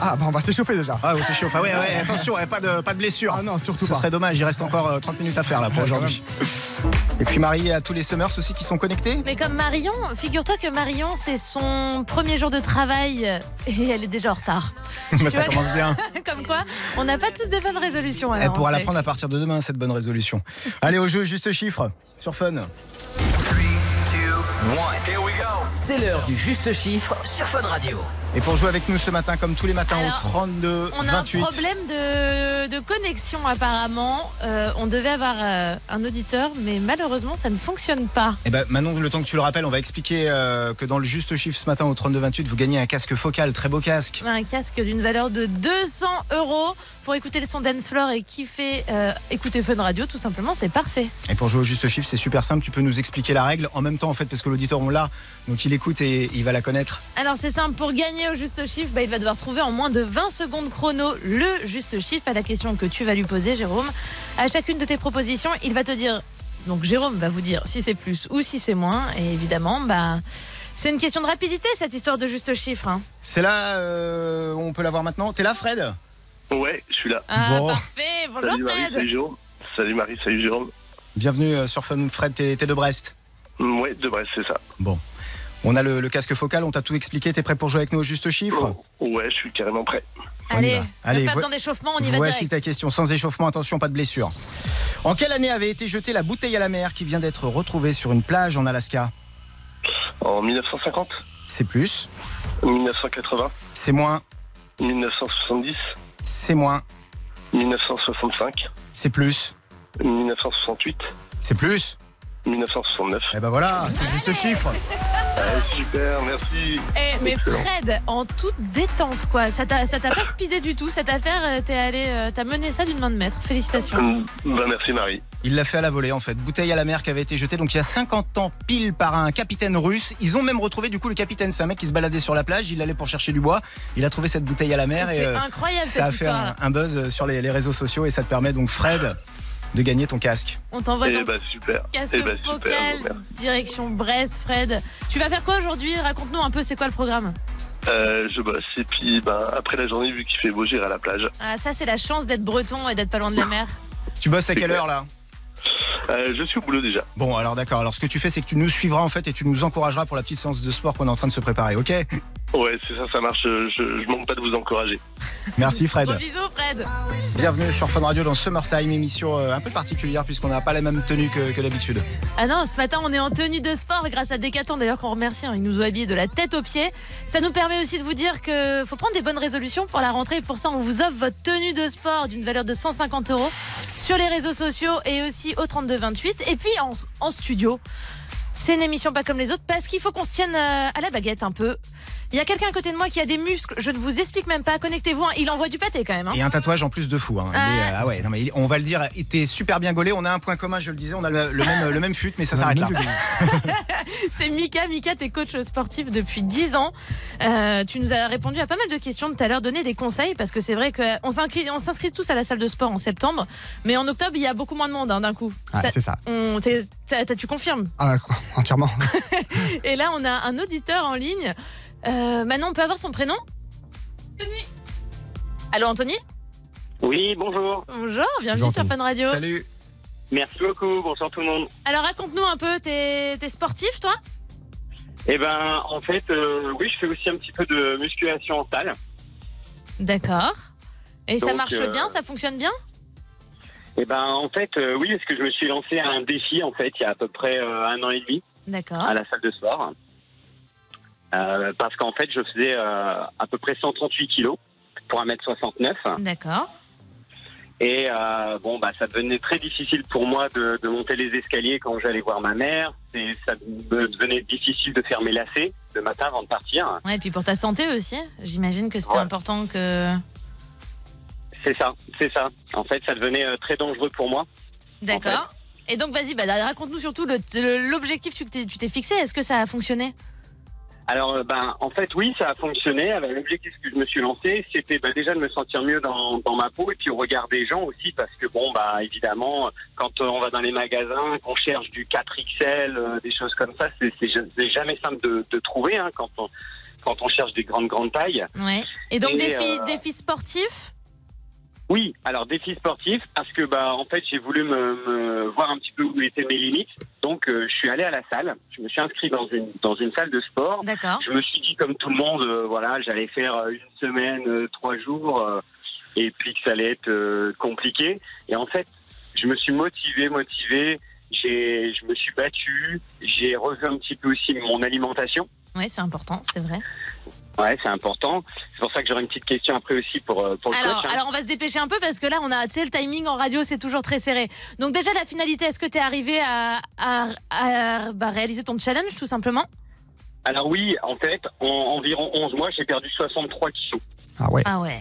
[SPEAKER 9] Ah, bah, on va s'échauffer déjà.
[SPEAKER 2] Ah, on s'échauffe. Ah ouais, ouais, attention, ouais, pas de, pas de blessure.
[SPEAKER 9] Ah non, surtout
[SPEAKER 2] Ce
[SPEAKER 9] pas.
[SPEAKER 2] serait dommage, il reste encore euh, 30 minutes à faire là pour aujourd'hui. Et puis Marie, à tous les Summers aussi qui sont connectés.
[SPEAKER 3] Mais comme Marion, figure-toi que Marion, c'est son premier jour de travail euh, et elle est déjà en retard.
[SPEAKER 2] Bah, ça
[SPEAKER 3] vois
[SPEAKER 2] commence bien.
[SPEAKER 3] comme quoi, on n'a pas tous des bonnes résolutions.
[SPEAKER 2] Elle
[SPEAKER 3] alors,
[SPEAKER 2] pourra
[SPEAKER 3] en fait.
[SPEAKER 2] Eh, la prendre à partir de demain, cette bonne résolution. Allez, au jeu, juste chiffre, sur Fun.
[SPEAKER 1] C'est l'heure du juste chiffre sur Fun Radio.
[SPEAKER 2] Et pour jouer avec nous ce matin, comme tous les matins,
[SPEAKER 3] Alors,
[SPEAKER 2] au 32,
[SPEAKER 3] On a
[SPEAKER 2] 28.
[SPEAKER 3] un problème de, de connexion apparemment. Euh, on devait avoir euh, un auditeur, mais malheureusement, ça ne fonctionne pas.
[SPEAKER 2] Eh ben, Manon, le temps que tu le rappelles, on va expliquer euh, que dans le juste chiffre ce matin au 32-28, vous gagnez un casque focal, très beau casque.
[SPEAKER 3] un casque d'une valeur de 200 euros pour écouter le son dance floor et kiffer, euh, écouter Fun Radio, tout simplement, c'est parfait.
[SPEAKER 2] Et pour jouer au juste chiffre, c'est super simple, tu peux nous expliquer la règle en même temps en fait, parce que l'auditeur on l'a, donc il écoute et il va la connaître.
[SPEAKER 3] Alors c'est simple, pour gagner au juste chiffre, bah, il va devoir trouver en moins de 20 secondes chrono le juste chiffre à la question que tu vas lui poser, Jérôme. À chacune de tes propositions, il va te dire, donc Jérôme va vous dire si c'est plus ou si c'est moins, et évidemment, bah... C'est une question de rapidité cette histoire de juste chiffre. hein.
[SPEAKER 2] C'est là, euh, on peut l'avoir maintenant. T'es là, Fred
[SPEAKER 7] Ouais, je suis là.
[SPEAKER 3] Ah,
[SPEAKER 2] Bon.
[SPEAKER 3] parfait. Bonjour
[SPEAKER 7] salut Marie,
[SPEAKER 3] Fred.
[SPEAKER 7] salut Jérôme. Salut Marie, salut Jérôme.
[SPEAKER 2] Bienvenue euh, sur Fun Fred, t'es t'es de Brest.
[SPEAKER 7] Mm, Ouais, de Brest, c'est ça.
[SPEAKER 2] On a le, le casque focal, on t'a tout expliqué, t'es prêt pour jouer avec nous au juste chiffre
[SPEAKER 7] Oh, Ouais, je suis carrément prêt.
[SPEAKER 2] On y
[SPEAKER 3] Allez,
[SPEAKER 2] va. Allez,
[SPEAKER 3] pas
[SPEAKER 2] vo-
[SPEAKER 3] besoin d'échauffement, on y va
[SPEAKER 2] Voici
[SPEAKER 3] direct.
[SPEAKER 2] ta question, sans échauffement, attention, pas de blessure. En quelle année avait été jetée la bouteille à la mer qui vient d'être retrouvée sur une plage en Alaska
[SPEAKER 7] En 1950,
[SPEAKER 2] C'est plus,
[SPEAKER 7] 1980,
[SPEAKER 2] c'est moins,
[SPEAKER 7] 1970,
[SPEAKER 2] c'est moins,
[SPEAKER 7] 1965,
[SPEAKER 2] c'est plus,
[SPEAKER 7] 1968,
[SPEAKER 2] c'est plus.
[SPEAKER 7] 1969.
[SPEAKER 2] Eh ben voilà, c'est juste chiffre.
[SPEAKER 7] Ah, super, merci.
[SPEAKER 3] Eh, mais
[SPEAKER 7] Excellent.
[SPEAKER 3] Fred, en toute détente, quoi. Ça t'a ça t'a pas speedé du tout, cette affaire. euh, T'es allé, euh, t'as mené ça d'une main de maître. Félicitations.
[SPEAKER 7] Mm, Ben, merci Marie.
[SPEAKER 2] Il l'a fait à la volée en fait. Bouteille à la mer qui avait été jetée donc il y a 50 ans pile par un capitaine russe. Ils ont même retrouvé du coup le capitaine. C'est un mec qui se baladait sur la plage. Il allait pour chercher du bois. Il a trouvé cette bouteille à la mer et
[SPEAKER 3] C'est
[SPEAKER 2] euh,
[SPEAKER 3] incroyable
[SPEAKER 2] ça a
[SPEAKER 3] cette
[SPEAKER 2] fait
[SPEAKER 3] histoire.
[SPEAKER 2] un, un buzz sur les, les réseaux sociaux et ça te permet donc Fred de gagner ton casque.
[SPEAKER 3] On t'envoie
[SPEAKER 7] Eh
[SPEAKER 2] bah,
[SPEAKER 3] ton
[SPEAKER 7] ben super.
[SPEAKER 3] casque
[SPEAKER 7] Eh ben super.
[SPEAKER 3] focal, direction Brest, Fred. Tu vas faire quoi aujourd'hui Raconte-nous un peu, c'est quoi le programme
[SPEAKER 7] Euh, je bosse et puis ben, après la journée, vu qu'il fait beau, j'irai à la plage.
[SPEAKER 3] Ah, ça, c'est la chance d'être breton et d'être pas loin de la mer.
[SPEAKER 2] Tu bosses à
[SPEAKER 7] C'est
[SPEAKER 2] quelle
[SPEAKER 7] clair.
[SPEAKER 2] heure là
[SPEAKER 7] Euh, je suis au boulot déjà.
[SPEAKER 2] Bon alors d'accord. Alors ce que tu fais c'est que tu nous suivras en fait et tu nous encourageras pour la petite séance de sport qu'on est en train de se préparer. Ok
[SPEAKER 7] Ouais, c'est ça, ça marche. Je, je manque pas de vous encourager.
[SPEAKER 2] Merci
[SPEAKER 3] Gros
[SPEAKER 2] Fred.
[SPEAKER 3] bisous, Fred.
[SPEAKER 2] Bienvenue sur Fun Radio dans Summertime, émission euh, un peu particulière puisqu'on n'a pas la même tenue que- que d'habitude.
[SPEAKER 3] Ah non, ce matin, on est en tenue de sport grâce à Decathlon, d'ailleurs, qu'on remercie. hein. Ils nous ont habillés de la tête aux pieds. Ça nous permet aussi de vous dire que faut prendre des bonnes résolutions pour la rentrée. Et Pour ça, on vous offre votre tenue de sport d'une valeur de 150 euros sur les réseaux sociaux et aussi au 3228. Et puis en, en studio. C'est une émission pas comme les autres parce qu'il faut qu'on se tienne euh, à la baguette un peu. Il y a quelqu'un à côté de moi qui a des muscles, je ne vous explique même pas. Connectez-vous, hein. il envoie du pâté quand même. hein.
[SPEAKER 2] Et un tatouage en plus de fou. Hein. Il
[SPEAKER 3] Ah.
[SPEAKER 2] est, euh, ah ouais, non, mais il- on va le dire, il était super bien gaulé. On a un point commun, je le disais, on a le, le même, le même fut, mais ça
[SPEAKER 9] On a
[SPEAKER 2] s'arrête
[SPEAKER 9] le
[SPEAKER 2] là.
[SPEAKER 9] même degré.
[SPEAKER 3] C'est Mika. Mika, t'es coach sportif depuis 10 ans. Euh, tu nous as répondu à pas mal de questions tout à l'heure, donné des conseils, parce que c'est vrai qu'on s'inscrit, on s'inscrit tous à la salle de sport en septembre, mais en octobre, il y a beaucoup moins de monde hein, d'un coup.
[SPEAKER 9] Ah,
[SPEAKER 3] Ça-
[SPEAKER 9] c'est ça.
[SPEAKER 3] on- t'es- t'as- t'as- tu confirmes.
[SPEAKER 9] Ah, entièrement.
[SPEAKER 3] Et là, on a un auditeur en ligne. Euh, Manon, on peut avoir son prénom Anthony. Allô, Anthony
[SPEAKER 10] Oui, bonjour.
[SPEAKER 3] Bonjour, bienvenue
[SPEAKER 9] Bonjour,
[SPEAKER 3] sur Fun Radio.
[SPEAKER 2] Salut.
[SPEAKER 10] Merci beaucoup. Bonsoir tout le monde.
[SPEAKER 3] Alors, raconte-nous un peu, t'es, t'es sportif, toi
[SPEAKER 10] Eh ben, en fait, euh, oui, je fais aussi un petit peu de musculation en salle.
[SPEAKER 3] D'accord. Et ça
[SPEAKER 10] Donc,
[SPEAKER 3] marche
[SPEAKER 10] euh,
[SPEAKER 3] bien, ça fonctionne bien
[SPEAKER 10] Eh ben, en fait, euh, oui, parce que je me suis lancé à un défi, en fait, il y a à peu près euh, un an et demi
[SPEAKER 3] D'accord.
[SPEAKER 10] à la salle de sport. Euh, parce qu'en fait, je faisais euh, à peu près 138 kilos pour 1m69.
[SPEAKER 3] D'accord.
[SPEAKER 10] Et euh, bon, bah, ça devenait très difficile pour moi de, de monter les escaliers quand j'allais voir ma mère. Et ça me devenait difficile de faire mes lacets le matin avant de partir.
[SPEAKER 3] Ouais, et puis pour ta santé aussi, j'imagine que c'était
[SPEAKER 10] Ouais.
[SPEAKER 3] important que.
[SPEAKER 10] C'est ça, c'est ça. En fait, ça devenait euh, très dangereux pour moi.
[SPEAKER 3] D'accord. Et donc, vas-y, bah, raconte-nous surtout le- le- l'objectif que tu t'es- tu t'es fixé. Est-ce que ça a fonctionné
[SPEAKER 10] Alors, euh, ben, en fait, oui, ça a fonctionné. Alors, L'objectif que je me suis lancé, c'était ben, déjà de me sentir mieux dans, dans ma peau et puis au regard des gens aussi, parce que bon, bah, évidemment, quand euh, on va dans les magasins, qu'on cherche du 4XL, euh, des choses comme ça, c'est- c'est ja- c'est jamais simple de, de trouver hein, quand on quand on cherche des grandes grandes tailles.
[SPEAKER 3] Ouais. Et donc,
[SPEAKER 10] Et,
[SPEAKER 3] défi,
[SPEAKER 10] euh,
[SPEAKER 3] défi sportif
[SPEAKER 10] Oui, alors défi sportif parce que bah en fait j'ai voulu me, me voir un petit peu où étaient mes limites, donc euh, je suis allé à la salle. Je me suis inscrit dans une dans une salle de sport.
[SPEAKER 3] D'accord.
[SPEAKER 10] Je me suis dit, comme tout le monde, euh, voilà, j'allais faire euh, une semaine, euh, trois jours, euh, et puis que ça allait être euh, compliqué. Et en fait, je me suis motivé, motivé. J'ai, je me suis battu. J'ai revu un petit peu aussi mon alimentation.
[SPEAKER 3] Ouais, c'est important, c'est vrai.
[SPEAKER 10] Ouais, c'est important. C'est pour ça que j'aurai une petite question après aussi pour euh, pour le
[SPEAKER 3] Alors,
[SPEAKER 10] coach. hein.
[SPEAKER 3] alors, on va se dépêcher un peu parce que là, on a, tu sais, le timing en radio, c'est toujours très serré. Donc, déjà, la finalité, est-ce que tu es arrivé à, à- à, bah, réaliser ton challenge tout simplement
[SPEAKER 10] Alors oui, en fait, en environ 11 mois, j'ai perdu 63 kilos.
[SPEAKER 9] Ah ouais,
[SPEAKER 3] Ah ouais.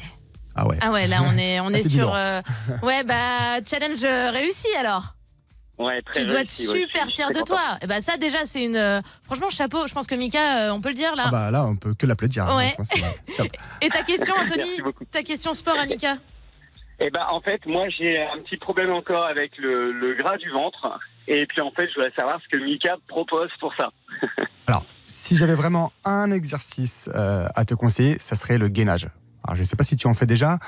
[SPEAKER 9] ah ouais.
[SPEAKER 3] Ah ouais, là, on est, on
[SPEAKER 9] Ah,
[SPEAKER 3] est
[SPEAKER 9] c'est
[SPEAKER 3] sur.
[SPEAKER 9] dur.
[SPEAKER 3] euh, ouais, bah, challenge euh, réussi alors.
[SPEAKER 10] Ouais, très
[SPEAKER 3] Tu dois être
[SPEAKER 10] réussi, ouais, je suis-
[SPEAKER 3] super
[SPEAKER 10] je suis
[SPEAKER 3] fier
[SPEAKER 10] très
[SPEAKER 3] de
[SPEAKER 10] content.
[SPEAKER 3] toi. Et bah ça déjà c'est une euh, franchement chapeau. Je pense que Mika, euh, on peut le dire là.
[SPEAKER 9] Ah bah là, on peut que l'applaudir. hein,
[SPEAKER 3] Ouais.
[SPEAKER 9] franchement, c'est top.
[SPEAKER 3] Et ta question Anthony,
[SPEAKER 10] Merci beaucoup.
[SPEAKER 3] ta question sport à Mika.
[SPEAKER 10] Eh ben, en fait, moi, j'ai un petit problème encore avec le, le gras du ventre. Et puis, en fait, je voulais savoir ce que Mika propose pour ça.
[SPEAKER 9] Alors, si j'avais vraiment un exercice euh, à te conseiller, ça serait le gainage. Alors, je ne sais pas si tu en fais déjà.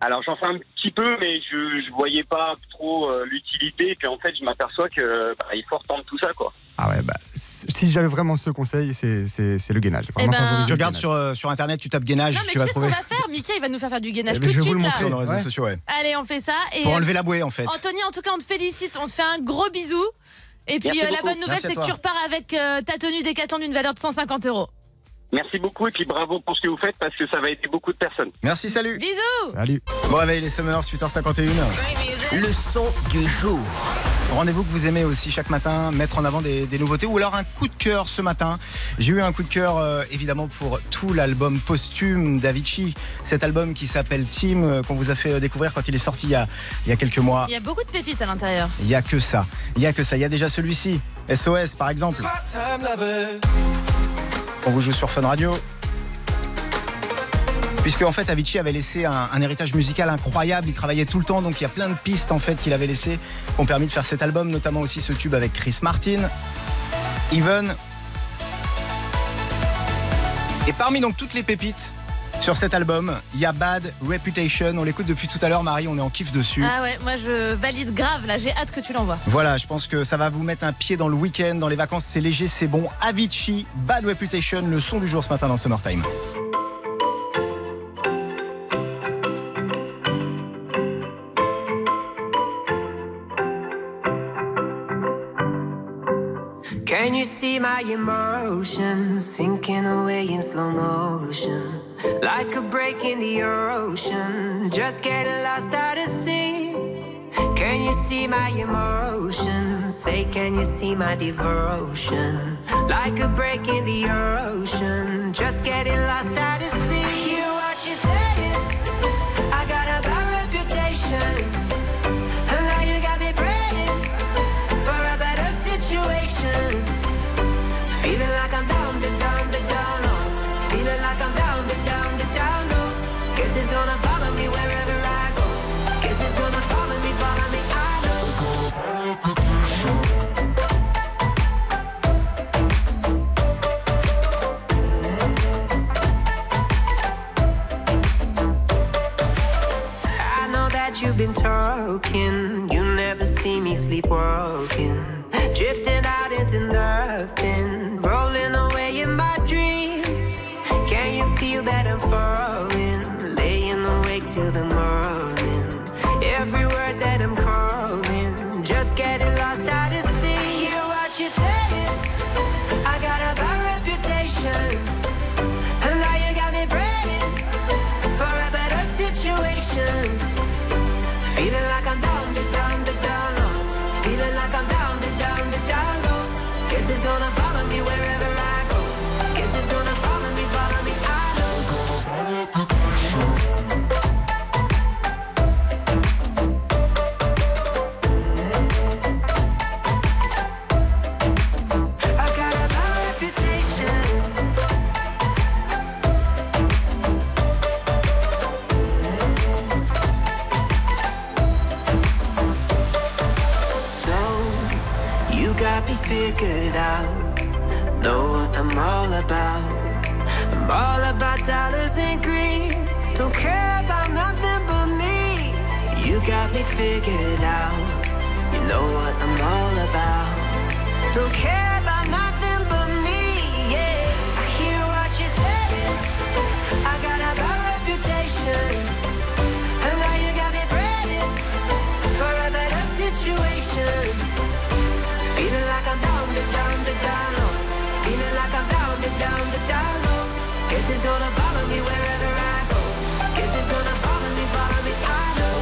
[SPEAKER 10] Alors, j'en fais un petit peu, mais je, je voyais pas trop euh, l'utilité. Et puis, en fait, je m'aperçois que bah, il faut retendre tout ça, quoi.
[SPEAKER 9] Ah ouais, bah, si j'avais vraiment ce conseil, c'est c'est- c'est le gainage. Vraiment
[SPEAKER 3] Eh ben,
[SPEAKER 9] favoriser
[SPEAKER 2] Tu
[SPEAKER 9] le
[SPEAKER 2] regardes
[SPEAKER 9] gainage.
[SPEAKER 2] sur, euh, sur internet, tu tapes gainage,
[SPEAKER 3] Non mais
[SPEAKER 2] tu
[SPEAKER 3] tu
[SPEAKER 2] vas
[SPEAKER 3] sais ce qu'on
[SPEAKER 2] trouver
[SPEAKER 3] va faire Mika, il va nous faire faire du gainage
[SPEAKER 9] Eh
[SPEAKER 3] tout
[SPEAKER 9] ben,
[SPEAKER 3] de
[SPEAKER 9] je vais vous
[SPEAKER 3] suite
[SPEAKER 9] le
[SPEAKER 3] là.
[SPEAKER 9] montrer.
[SPEAKER 2] sur nos réseaux
[SPEAKER 9] Ouais.
[SPEAKER 2] sociaux. ouais.
[SPEAKER 3] Allez, on fait ça et
[SPEAKER 2] Pour
[SPEAKER 3] euh,
[SPEAKER 2] enlever la bouée en fait.
[SPEAKER 3] Anthony, en tout cas, on te félicite, on te fait un gros bisou. Et puis
[SPEAKER 10] Merci
[SPEAKER 3] euh, la
[SPEAKER 10] beaucoup.
[SPEAKER 3] bonne nouvelle,
[SPEAKER 2] Merci à
[SPEAKER 3] c'est que
[SPEAKER 2] toi.
[SPEAKER 3] tu repars avec euh, ta tenue décathlon d'une valeur de 150 euros.
[SPEAKER 10] Merci beaucoup. Et puis, bravo pour ce que vous faites parce que ça va aider beaucoup de personnes.
[SPEAKER 2] Merci, salut.
[SPEAKER 3] Bisous.
[SPEAKER 9] Salut.
[SPEAKER 2] Bon réveil les Summers, 8h51.
[SPEAKER 1] Le son du jour.
[SPEAKER 2] Rendez-vous que vous aimez aussi chaque matin, mettre en avant des, des nouveautés ou alors un coup de cœur ce matin. J'ai eu un coup de cœur euh, évidemment pour tout l'album posthume d'Avicii, cet album qui s'appelle Team, euh, qu'on vous a fait découvrir quand il est sorti il y a, il y a quelques mois.
[SPEAKER 3] Il y a beaucoup de pépites à l'intérieur.
[SPEAKER 2] Il n'y a que ça. Il n'y a que ça. Il y a déjà celui-ci, SOS par exemple. On vous joue sur Fun Radio. Puisque en fait Avicii avait laissé un, un héritage musical incroyable, il travaillait tout le temps, donc il y a plein de pistes en fait qu'il avait laissées qui ont permis de faire cet album, notamment aussi ce tube avec Chris Martin, Even. Et parmi donc toutes les pépites sur cet album, il y a Bad Reputation. On l'écoute depuis tout à l'heure, Marie, on est en kiff dessus.
[SPEAKER 3] Ah ouais, moi je valide grave là, j'ai hâte que tu l'envoies.
[SPEAKER 2] Voilà, je pense que ça va vous mettre un pied dans le week-end, dans les vacances, c'est léger, c'est bon. Avicii, Bad Reputation, le son du jour ce matin dans Summertime.
[SPEAKER 11] Can you see my emotion sinking away in slow motion? Like a break in the ocean, just getting lost out at sea. Can you see my emotion? Say, can you see my devotion? Like a break in the ocean, just getting lost out at sea. I hear what you're saying. I got a bad reputation. And now you got me praying for a better situation. Feeling like I'm down, the down, the down low. Feeling like I'm down, the down, the down oh. low. Guess it's gonna follow me wherever I go. Guess it's gonna follow me, follow me. I know. I know that you've been talking. You never see me sleepwalking. Drifting out into nothing. Rolling away in my dreams. Can you feel that I'm falling? Laying awake till the morning. Every word that I'm calling. Just getting lost out at sea. I hear what you're saying. I got a bad reputation. And now you got me praying for a better situation. Feeling like I'm down, the down, the down low. Feeling like I'm down, the down, the down low. Guess it's gonna follow me wherever I go. Guess it's gonna follow me, follow me. I know. I got a bad reputation. So you got me figured out. Know what I'm all about. I'm all about dollars and greed. Don't care about nothing but me. You got me figured out. You know what I'm all about. Don't care about nothing but me. Yeah, I hear what you're saying. I got a bad reputation. And now you got me praying for a better situation. Feeling like I'm down, the down, the down low. Feeling like I'm down, the down, the down low. Guess it's gonna follow me wherever I go. Guess it's gonna follow me, follow me. I know.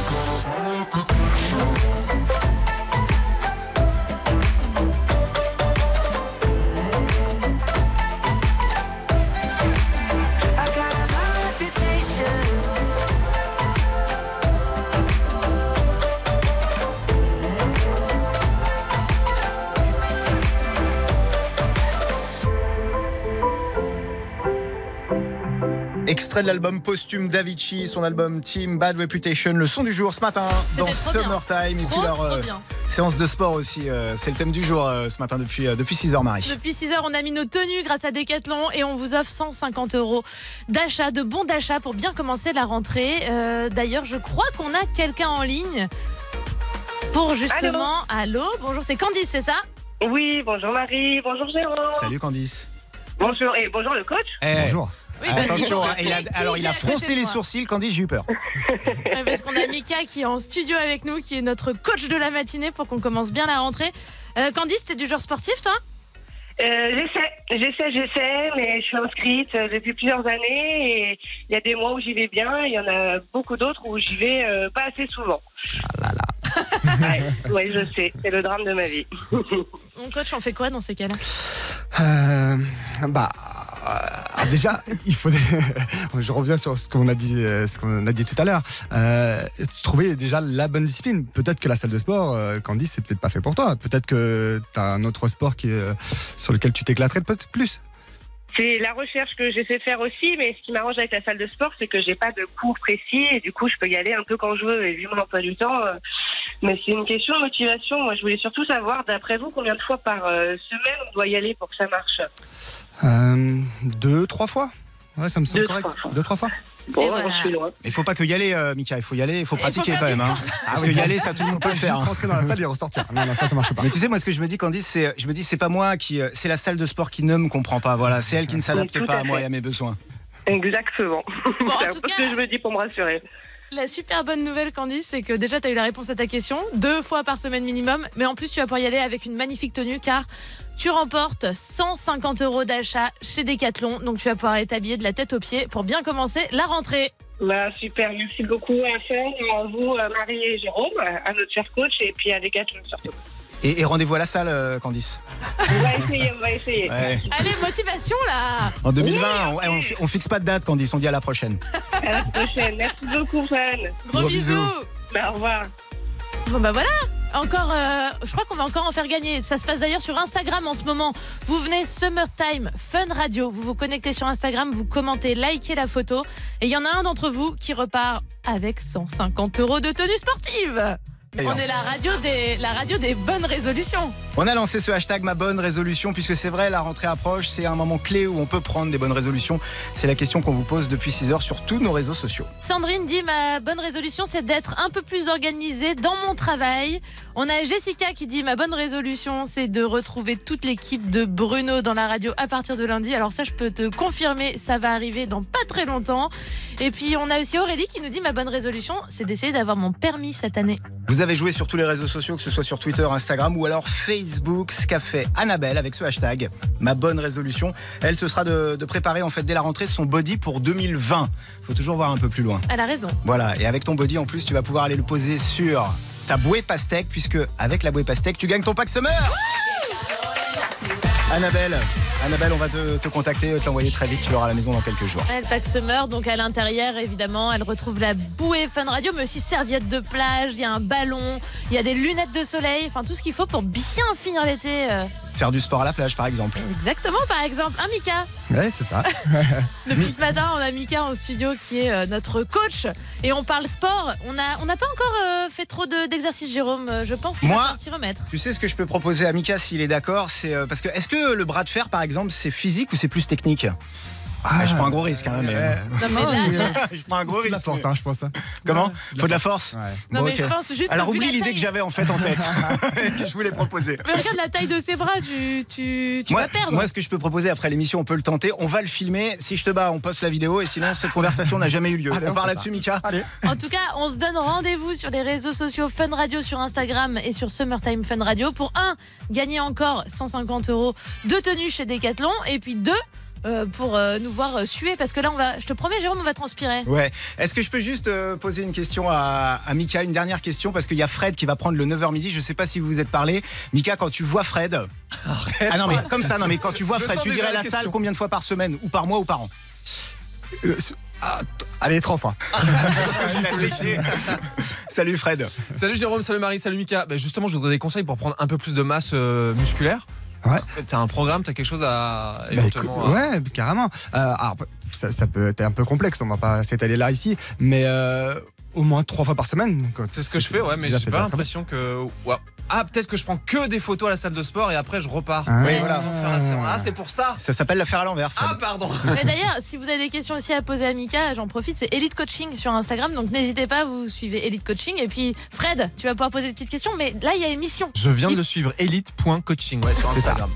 [SPEAKER 11] I got a bad reputation.
[SPEAKER 2] Extrait de l'album posthume d'Avicii, son album Team Bad Reputation, le son du jour ce matin dans
[SPEAKER 3] C'était Eh ben, trop bien.
[SPEAKER 2] Summertime.
[SPEAKER 3] Trop,
[SPEAKER 2] leur
[SPEAKER 3] trop
[SPEAKER 2] euh,
[SPEAKER 3] bien.
[SPEAKER 2] séance de sport aussi, euh, c'est le thème du jour euh, ce matin depuis, euh, depuis 6h Marie.
[SPEAKER 3] Depuis 6 heures, on a mis nos tenues grâce à Decathlon et on vous offre 150 euros d'achat, de bons d'achat pour bien commencer la rentrée. Euh, D'ailleurs, je crois qu'on a quelqu'un en ligne pour justement. Allô, bonjour, c'est Candice, c'est ça
[SPEAKER 12] Oui, bonjour Marie, bonjour Jérôme.
[SPEAKER 2] Salut Candice.
[SPEAKER 12] Bonjour et bonjour le coach.
[SPEAKER 2] Bonjour.
[SPEAKER 3] Oui, parce que-
[SPEAKER 2] Eh, Attention, hein, il a-
[SPEAKER 3] Qui
[SPEAKER 2] alors il
[SPEAKER 3] j'ai à
[SPEAKER 2] a
[SPEAKER 3] côté de
[SPEAKER 2] froncé les
[SPEAKER 3] moi
[SPEAKER 2] sourcils, Candice, j'ai eu peur.
[SPEAKER 3] Ouais, Parce qu'on a Mika qui est en studio avec nous, qui est notre coach de la matinée pour qu'on commence bien la rentrée. Euh, Candice, t'es du genre sportif, toi
[SPEAKER 12] Euh, j'essaie, j'essaie, j'essaie, mais je suis inscrite euh, depuis plusieurs années et il y
[SPEAKER 2] Ah
[SPEAKER 12] a des mois où j'y vais bien, il y en a beaucoup d'autres où j'y vais euh, pas assez souvent.
[SPEAKER 4] oui, je sais. C'est le drame de ma vie.
[SPEAKER 3] Mon coach, on fait quoi dans ces cas-là
[SPEAKER 13] Euh, bah. euh, déjà, il faut. je reviens sur ce qu'on a dit, euh, ce qu'on a dit tout à l'heure. Euh, trouver déjà la bonne discipline. Peut-être que la salle de sport, euh, Candice, c'est peut-être pas fait pour toi. Peut-être que t'as un autre sport qui, est, euh, sur lequel tu t'éclaterais peut-être plus.
[SPEAKER 4] C'est la recherche que j'essaie de faire aussi, mais ce qui m'arrange avec la salle de sport, c'est que j'ai pas de cours précis et du coup, je peux y aller un peu quand je veux. Et vu mon emploi du temps, euh, mais c'est une question de motivation. Moi, je voulais surtout savoir, d'après vous, combien de fois par euh, semaine on doit y aller pour que ça marche
[SPEAKER 13] Euh, deux, trois fois. Ouais, ça me semble correct. Deux, trois fois.
[SPEAKER 4] Bon, je suis loin.
[SPEAKER 2] Il faut pas que y aller, euh, Mika. Il faut y aller, il faut pratiquer
[SPEAKER 13] faire
[SPEAKER 2] quand
[SPEAKER 13] du
[SPEAKER 2] même. hein.
[SPEAKER 13] sport.
[SPEAKER 2] Parce
[SPEAKER 13] Ah
[SPEAKER 2] que
[SPEAKER 13] oui.
[SPEAKER 2] y aller, ça tout le monde peut le
[SPEAKER 13] Juste
[SPEAKER 2] faire. hein.
[SPEAKER 13] rentrer dans la salle et ressortir. Non, non, ça, ça marche pas.
[SPEAKER 2] Mais tu sais, moi, ce que je me dis, Candice, c'est, je me dis, c'est pas moi qui, euh, c'est la salle de sport qui ne me comprend pas. Voilà, c'est elle qui ne s'adapte
[SPEAKER 4] Tout
[SPEAKER 2] pas
[SPEAKER 4] à
[SPEAKER 2] à moi
[SPEAKER 4] fait.
[SPEAKER 2] et à mes besoins.
[SPEAKER 4] Exactement. c'est un peu ce que je me dis pour me rassurer.
[SPEAKER 3] La super bonne nouvelle, Candice, c'est que déjà, tu as eu la réponse à ta question, deux fois par semaine minimum, mais en plus, tu vas pouvoir y aller avec une magnifique tenue car tu remportes 150 euros d'achat chez Decathlon. Donc, tu vas pouvoir être habillé de la tête aux pieds pour bien commencer la rentrée.
[SPEAKER 4] Bah, super, merci beaucoup à Fred, à vous, à Marie et Jérôme, à notre cher coach et puis à Decathlon surtout.
[SPEAKER 2] Et, et rendez-vous à la salle, euh, Candice.
[SPEAKER 4] On va essayer, on va essayer.
[SPEAKER 2] Ouais.
[SPEAKER 3] Allez, motivation là
[SPEAKER 2] En 2020, on, on fi- on fixe pas de date, Candice. On dit à la prochaine.
[SPEAKER 4] À la prochaine. Merci beaucoup, Fan.
[SPEAKER 2] Gros Gros bisous. bisous.
[SPEAKER 4] Bah, au revoir.
[SPEAKER 3] Bon bah voilà encore, euh, je crois qu'on va encore en faire gagner. Ça se passe d'ailleurs sur Instagram en ce moment. Vous venez Summertime Fun Radio, vous vous connectez sur Instagram, vous commentez, likez la photo. Et il y en a un d'entre vous qui repart avec 150 euros de tenue sportive.
[SPEAKER 2] Et
[SPEAKER 3] On
[SPEAKER 2] on-
[SPEAKER 3] est la radio des, la radio des bonnes résolutions.
[SPEAKER 2] On a lancé ce hashtag ma bonne résolution puisque c'est vrai, la rentrée approche, c'est un moment clé où on peut prendre des bonnes résolutions. C'est la question qu'on vous pose depuis 6 heures sur tous nos réseaux sociaux.
[SPEAKER 3] Sandrine dit ma bonne résolution c'est d'être un peu plus organisée dans mon travail. On a Jessica qui dit ma bonne résolution c'est de retrouver toute l'équipe de Bruno dans la radio à partir de lundi. Alors ça je peux te confirmer ça va arriver dans pas très longtemps. Et puis on a aussi Aurélie qui nous dit ma bonne résolution c'est d'essayer d'avoir mon permis cette année.
[SPEAKER 2] Vous avez joué sur tous les réseaux sociaux, que ce soit sur Twitter, Instagram ou alors Facebook, ce qu'a fait Annabelle avec ce hashtag ma bonne résolution. Elle, ce sera de, de préparer en fait dès la rentrée son body pour 2020. Faut toujours voir un peu plus loin.
[SPEAKER 3] Elle a raison.
[SPEAKER 2] Voilà, et avec ton body en plus, tu vas pouvoir aller le poser sur ta bouée pastèque, puisque avec la bouée pastèque, tu gagnes ton pack summer Annabelle, Annabelle, on va te, te contacter, te l'envoyer très vite, tu l'auras à la maison dans quelques jours.
[SPEAKER 3] Elle pack summer, donc à l'intérieur, évidemment, elle retrouve la bouée Fun Radio, mais aussi serviettes de plage, il y a un ballon, il y a des lunettes de soleil, enfin tout ce qu'il faut pour bien finir l'été. euh.
[SPEAKER 2] Faire du sport à la plage, par exemple.
[SPEAKER 3] Exactement, par exemple, un Mika.
[SPEAKER 2] Ouais, c'est ça.
[SPEAKER 3] Depuis ce matin, on a Mika en studio qui est euh, notre coach et on parle sport. On n'a on n'a pas encore euh, fait trop de- d'exercices, Jérôme. Euh, Je pense qu'il
[SPEAKER 2] Moi
[SPEAKER 3] va s'y remettre.
[SPEAKER 2] tu sais ce que je peux proposer à Mika s'il est d'accord, c'est euh, parce que est-ce que le bras de fer, par exemple, c'est physique ou c'est plus technique ah, je prends un gros risque, hein, mais... euh,
[SPEAKER 3] Non, mais là-
[SPEAKER 2] je prends un gros risque.
[SPEAKER 13] La force, hein, je pense. hein.
[SPEAKER 2] Comment Faut de la force
[SPEAKER 3] Non, mais
[SPEAKER 2] ok.
[SPEAKER 3] je pense juste
[SPEAKER 2] Alors
[SPEAKER 3] que vu
[SPEAKER 2] oublie
[SPEAKER 3] la
[SPEAKER 2] l'idée
[SPEAKER 3] taille-
[SPEAKER 2] que j'avais en fait en tête, que je voulais proposer.
[SPEAKER 3] Mais regarde la taille de ses bras, tu, tu, tu
[SPEAKER 2] Moi,
[SPEAKER 3] vas perdre.
[SPEAKER 2] moi, ce que je peux proposer après l'émission, on peut le tenter. On va le filmer. Si je te bats, on poste la vidéo. Et sinon, cette conversation n'a jamais eu lieu.
[SPEAKER 13] Allez,
[SPEAKER 2] on
[SPEAKER 13] on
[SPEAKER 2] part
[SPEAKER 13] fait
[SPEAKER 2] là-dessus,
[SPEAKER 13] ça.
[SPEAKER 2] Mika. Allez.
[SPEAKER 3] En tout cas, on se donne rendez-vous sur les réseaux sociaux Fun Radio sur Instagram et sur Summertime Fun Radio pour un gagner encore 150 euros de tenue chez Decathlon et puis deux euh, pour euh, nous voir euh, suer parce que là, on va, je te promets, Jérôme, on va transpirer.
[SPEAKER 2] Ouais. Est-ce que je peux juste euh, poser une question à, à Mika, une dernière question parce qu'il y a Fred qui va prendre le 9h midi. Je sais pas si vous vous êtes parlé. Mika, quand tu vois Fred, ah non mais comme ça, non mais quand tu vois
[SPEAKER 13] Je
[SPEAKER 2] Fred,
[SPEAKER 13] sens
[SPEAKER 2] tu
[SPEAKER 13] déjà
[SPEAKER 2] dirais
[SPEAKER 13] la
[SPEAKER 2] la, salle
[SPEAKER 13] question.
[SPEAKER 2] combien de fois par semaine ou par mois ou par an
[SPEAKER 13] Euh, ce- ah, t- allez, trois fois.
[SPEAKER 2] Salut Fred.
[SPEAKER 5] Salut Jérôme, salut Marie, salut Mika. Ben justement, je voudrais des conseils pour prendre un peu plus de masse euh, musculaire.
[SPEAKER 13] Ouais.
[SPEAKER 5] T'as un programme, t'as quelque chose à
[SPEAKER 13] Bah,
[SPEAKER 5] éventuellement. hein.
[SPEAKER 13] écoute,
[SPEAKER 5] à-
[SPEAKER 13] ouais, carrément. Euh, alors, ça, ça peut être un peu complexe, on va pas s'étaler là ici, mais euh, au moins trois fois par semaine. quoi.
[SPEAKER 5] C'est ce que je fais, ouais, mais
[SPEAKER 13] déjà,
[SPEAKER 5] j'ai
[SPEAKER 13] c'est
[SPEAKER 5] pas
[SPEAKER 13] déjà très
[SPEAKER 5] l'impression que. ouais. Ah, peut-être que je prends que des photos à la salle de sport et après je repars.
[SPEAKER 2] Ah, oui,
[SPEAKER 5] Sans
[SPEAKER 2] voilà.
[SPEAKER 5] faire la séance. Ah, c'est pour ça
[SPEAKER 2] Ça s'appelle l'affaire à l'envers. Fred.
[SPEAKER 5] Ah, pardon
[SPEAKER 3] Mais d'ailleurs, si vous avez des questions aussi à poser à Mika, j'en profite, c'est Elite Coaching sur Instagram, donc n'hésitez pas, vous suivez Elite Coaching. Et puis Fred, tu vas pouvoir poser des petites questions, mais là, il y a émission.
[SPEAKER 5] Je viens de le suivre, elite.coaching, ouais,
[SPEAKER 13] Ah,
[SPEAKER 5] sur Instagram.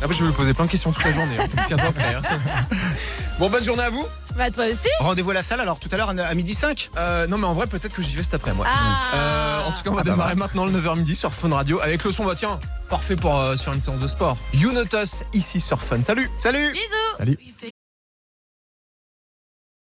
[SPEAKER 5] Après, je vais lui poser plein de questions toute la journée. hein. Tiens-toi prêt. hein. Bon, bonne journée à vous.
[SPEAKER 3] Bah toi aussi
[SPEAKER 2] Rendez-vous à la salle alors tout à l'heure à midi 5
[SPEAKER 5] Non, mais en vrai, peut-être que j'y vais cet après-midi. ouais.
[SPEAKER 3] Ah.
[SPEAKER 5] Euh, en tout cas, on va démarrer maintenant le 9h30 sur Fun Radio avec le son, bah tiens, parfait pour euh, se faire une séance de sport. You Not Us, ici sur Fun. Salut
[SPEAKER 3] Bisous
[SPEAKER 5] Salut